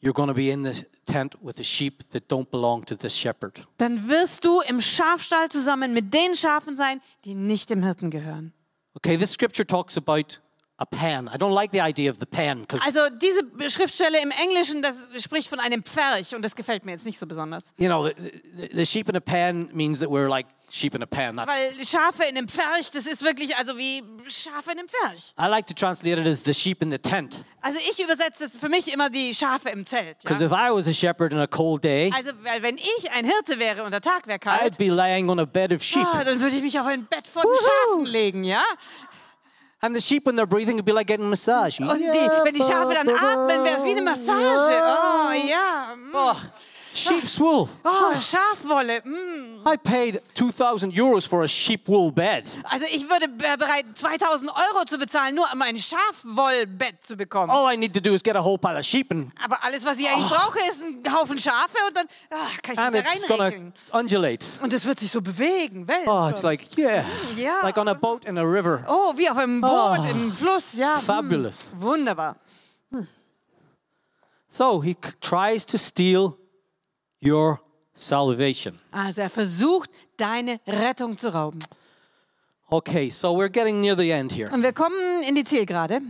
[SPEAKER 1] you're going to be in the tent with the sheep that don't belong to this shepherd.
[SPEAKER 2] dann wirst du im Schafstall zusammen mit den Schafen sein, die nicht dem Hirten gehören.
[SPEAKER 1] Okay, this scripture talks about a pen. I don't like the idea of the pen because
[SPEAKER 2] Also diese Schriftstelle im Englischen, das spricht von einem Pferch und das gefällt mir jetzt nicht so besonders.
[SPEAKER 1] you know the, the, the sheep in a pen means that we're like sheep in a pen. That's
[SPEAKER 2] Weil Schafe in einem Pferch, das ist wirklich also wie Schafe in einem Pferch.
[SPEAKER 1] I like to translate it as the sheep in the tent
[SPEAKER 2] Also ich übersetze das für mich immer die Schafe im Zelt.
[SPEAKER 1] because
[SPEAKER 2] Ja?
[SPEAKER 1] if I was a shepherd on a cold day,
[SPEAKER 2] Also weil wenn ich ein Hirte wäre und der Tag wäre
[SPEAKER 1] I'd
[SPEAKER 2] kalt,
[SPEAKER 1] be laying on a bed of sheep,
[SPEAKER 2] ah, dann würde ich mich auf ein Bett von den
[SPEAKER 1] Wuhu.
[SPEAKER 2] Schafen legen, ja?
[SPEAKER 1] and the sheep when they're breathing would be like getting a massage. uh,
[SPEAKER 2] Und die, wenn die Schafe dann atmen, wäre es wie eine Massage. Oh ja. mm.
[SPEAKER 1] Oh, sheep's wool.
[SPEAKER 2] Oh, Schafwolle. mm.
[SPEAKER 1] I paid 2,000 euros for a sheep wool bed.
[SPEAKER 2] Also ich würde be- bereit, 2000 Euro zu bezahlen, nur um ein Schafwollbett zu bekommen.
[SPEAKER 1] All I need to do is get a whole pile of sheep and,
[SPEAKER 2] Aber alles, was ich eigentlich
[SPEAKER 1] Oh.
[SPEAKER 2] brauche, ist ein Haufen Schafe und dann ah, kann ich
[SPEAKER 1] and
[SPEAKER 2] wieder
[SPEAKER 1] it's gonna
[SPEAKER 2] reinregeln.
[SPEAKER 1] undulate.
[SPEAKER 2] Und es wird sich so bewegen, Wellen.
[SPEAKER 1] Oh, it's like, yeah.
[SPEAKER 2] yeah.
[SPEAKER 1] Like on a boat in a river.
[SPEAKER 2] oh, wie auf einem Boot im Fluss, ja. hm,
[SPEAKER 1] Fabulous.
[SPEAKER 2] Wunderbar.
[SPEAKER 1] So he c- tries to steal your salvation.
[SPEAKER 2] Also er versucht, deine Rettung zu rauben.
[SPEAKER 1] Okay, so we're getting near the end here.
[SPEAKER 2] Und wir kommen in die Zielgerade.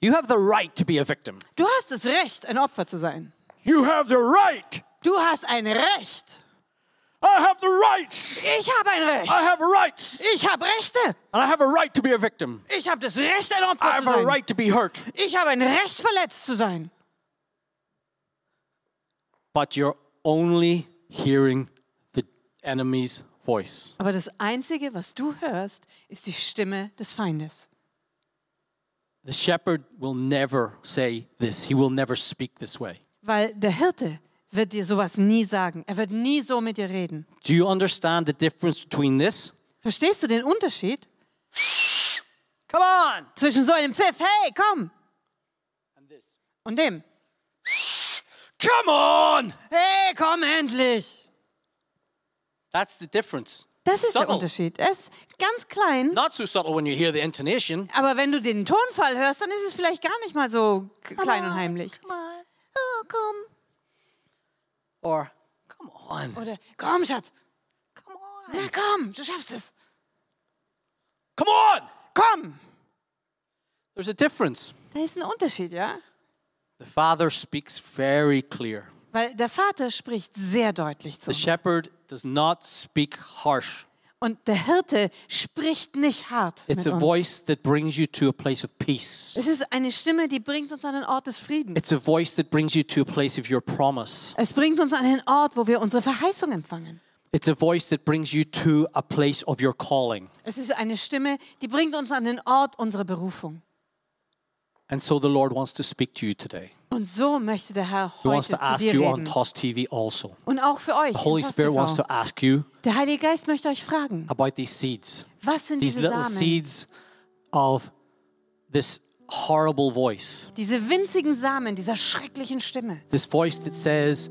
[SPEAKER 1] You have the right to be a victim.
[SPEAKER 2] Du hast das Recht, ein Opfer zu sein.
[SPEAKER 1] You have the right.
[SPEAKER 2] Du hast ein Recht.
[SPEAKER 1] I have the rights.
[SPEAKER 2] Ich habe ein Recht.
[SPEAKER 1] I have rights.
[SPEAKER 2] Ich habe Rechte.
[SPEAKER 1] And I have a right to be a victim.
[SPEAKER 2] Ich habe das Recht, ein Opfer
[SPEAKER 1] I
[SPEAKER 2] zu
[SPEAKER 1] have a
[SPEAKER 2] sein.
[SPEAKER 1] right to be hurt.
[SPEAKER 2] Ich habe ein Recht, verletzt zu sein.
[SPEAKER 1] But you're only hearing the enemy's voice.
[SPEAKER 2] Aber das Einzige, was du hörst, ist die Stimme des Feindes.
[SPEAKER 1] The shepherd will never say this. He will never speak this way.
[SPEAKER 2] Weil der Hirte wird dir sowas nie sagen. Er wird nie so mit dir reden.
[SPEAKER 1] Do you understand the difference between this?
[SPEAKER 2] Verstehst du den Unterschied
[SPEAKER 1] Come on!
[SPEAKER 2] zwischen so einem Pfiff, hey, komm,
[SPEAKER 1] And this.
[SPEAKER 2] und dem,
[SPEAKER 1] Come on!
[SPEAKER 2] hey, komm endlich.
[SPEAKER 1] That's the difference.
[SPEAKER 2] Das ist der
[SPEAKER 1] Subtle.
[SPEAKER 2] Unterschied. Er ist ganz klein,
[SPEAKER 1] Not so subtle when you hear the intonation.
[SPEAKER 2] aber wenn du den Tonfall hörst, dann ist es vielleicht gar nicht mal so k- klein und heimlich.
[SPEAKER 1] Come on. Ah,
[SPEAKER 2] Oh, komm.
[SPEAKER 1] Or, come on.
[SPEAKER 2] Oder, komm, Schatz.
[SPEAKER 1] Come on.
[SPEAKER 2] Na komm, du schaffst es.
[SPEAKER 1] Come on!
[SPEAKER 2] Komm.
[SPEAKER 1] There's a difference.
[SPEAKER 2] Da ist ein Unterschied, ja?
[SPEAKER 1] The father speaks very clear.
[SPEAKER 2] Weil der Vater spricht sehr deutlich zu
[SPEAKER 1] The
[SPEAKER 2] uns.
[SPEAKER 1] shepherd does not speak harsh.
[SPEAKER 2] Und der Hirte spricht nicht hart.
[SPEAKER 1] It's
[SPEAKER 2] mit
[SPEAKER 1] a
[SPEAKER 2] uns.
[SPEAKER 1] voice that brings you to a place of peace.
[SPEAKER 2] Es ist eine Stimme, die bringt uns an den Ort des Friedens.
[SPEAKER 1] It's a voice that brings you to a place of your promise.
[SPEAKER 2] Es bringt uns an den Ort, wo wir unsere Verheißung empfangen.
[SPEAKER 1] It's a voice that brings you to a place of your calling.
[SPEAKER 2] Es ist eine Stimme, die bringt uns an den Ort unserer Berufung.
[SPEAKER 1] And so the Lord wants to speak to you today.
[SPEAKER 2] Und so möchte der Herr
[SPEAKER 1] He wants
[SPEAKER 2] heute
[SPEAKER 1] to
[SPEAKER 2] zu
[SPEAKER 1] ask
[SPEAKER 2] dir
[SPEAKER 1] you on
[SPEAKER 2] reden.
[SPEAKER 1] TOS TV also.
[SPEAKER 2] Und auch für euch.
[SPEAKER 1] The Holy
[SPEAKER 2] in Toss
[SPEAKER 1] Spirit wants
[SPEAKER 2] TV.
[SPEAKER 1] to ask you
[SPEAKER 2] der Heilige Geist möchte euch fragen,
[SPEAKER 1] about these seeds,
[SPEAKER 2] was sind
[SPEAKER 1] these
[SPEAKER 2] diese
[SPEAKER 1] little
[SPEAKER 2] Samen?
[SPEAKER 1] seeds of this horrible voice,
[SPEAKER 2] Diese winzigen Samen dieser schrecklichen Stimme.
[SPEAKER 1] this voice that says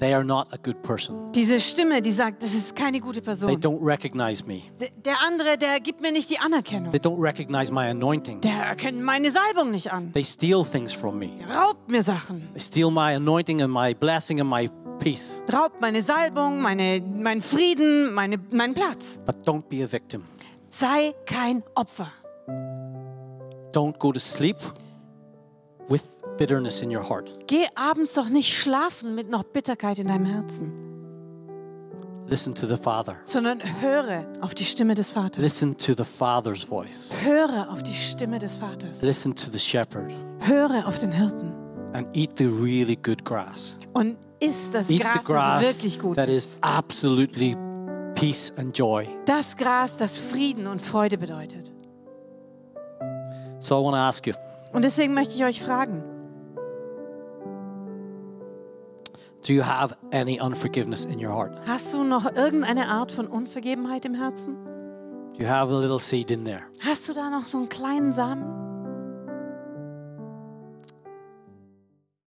[SPEAKER 1] they are not a good person.
[SPEAKER 2] Diese Stimme, die sagt, das ist keine gute
[SPEAKER 1] They
[SPEAKER 2] Person.
[SPEAKER 1] don't recognize me.
[SPEAKER 2] D- Der andere, der gibt mir nicht die Anerkennung.
[SPEAKER 1] They don't recognize my anointing.
[SPEAKER 2] Der erkennt meine Salbung nicht an.
[SPEAKER 1] They steal things from me.
[SPEAKER 2] Der raubt mir Sachen.
[SPEAKER 1] They steal my anointing and my blessing and my peace.
[SPEAKER 2] Raubt meine Salbung, meine, meinen Frieden, meine, meinen Platz.
[SPEAKER 1] But don't be a victim.
[SPEAKER 2] Sei kein Opfer.
[SPEAKER 1] Don't go to sleep with bitterness in your heart.
[SPEAKER 2] Geh abends doch nicht schlafen mit noch Bitterkeit in deinem Herzen,
[SPEAKER 1] Listen to the Father.
[SPEAKER 2] sondern höre auf die Stimme des Vaters.
[SPEAKER 1] Listen to the Father's voice.
[SPEAKER 2] Höre auf die Stimme des Vaters.
[SPEAKER 1] Listen to the shepherd
[SPEAKER 2] Höre auf den Hirten.
[SPEAKER 1] and eat the really good grass.
[SPEAKER 2] Und isst das
[SPEAKER 1] Eat
[SPEAKER 2] Gras,
[SPEAKER 1] the grass
[SPEAKER 2] das wirklich gut
[SPEAKER 1] that
[SPEAKER 2] ist.
[SPEAKER 1] is absolutely peace and joy.
[SPEAKER 2] Das Gras, das Frieden und Freude bedeutet.
[SPEAKER 1] So I want to ask you
[SPEAKER 2] Und deswegen möchte ich euch fragen,
[SPEAKER 1] do you have any unforgiveness in your heart?
[SPEAKER 2] hast du noch irgendeine Art von Unvergebenheit im Herzen?
[SPEAKER 1] Do you have a little seed in there?
[SPEAKER 2] Hast du da noch so einen kleinen Samen?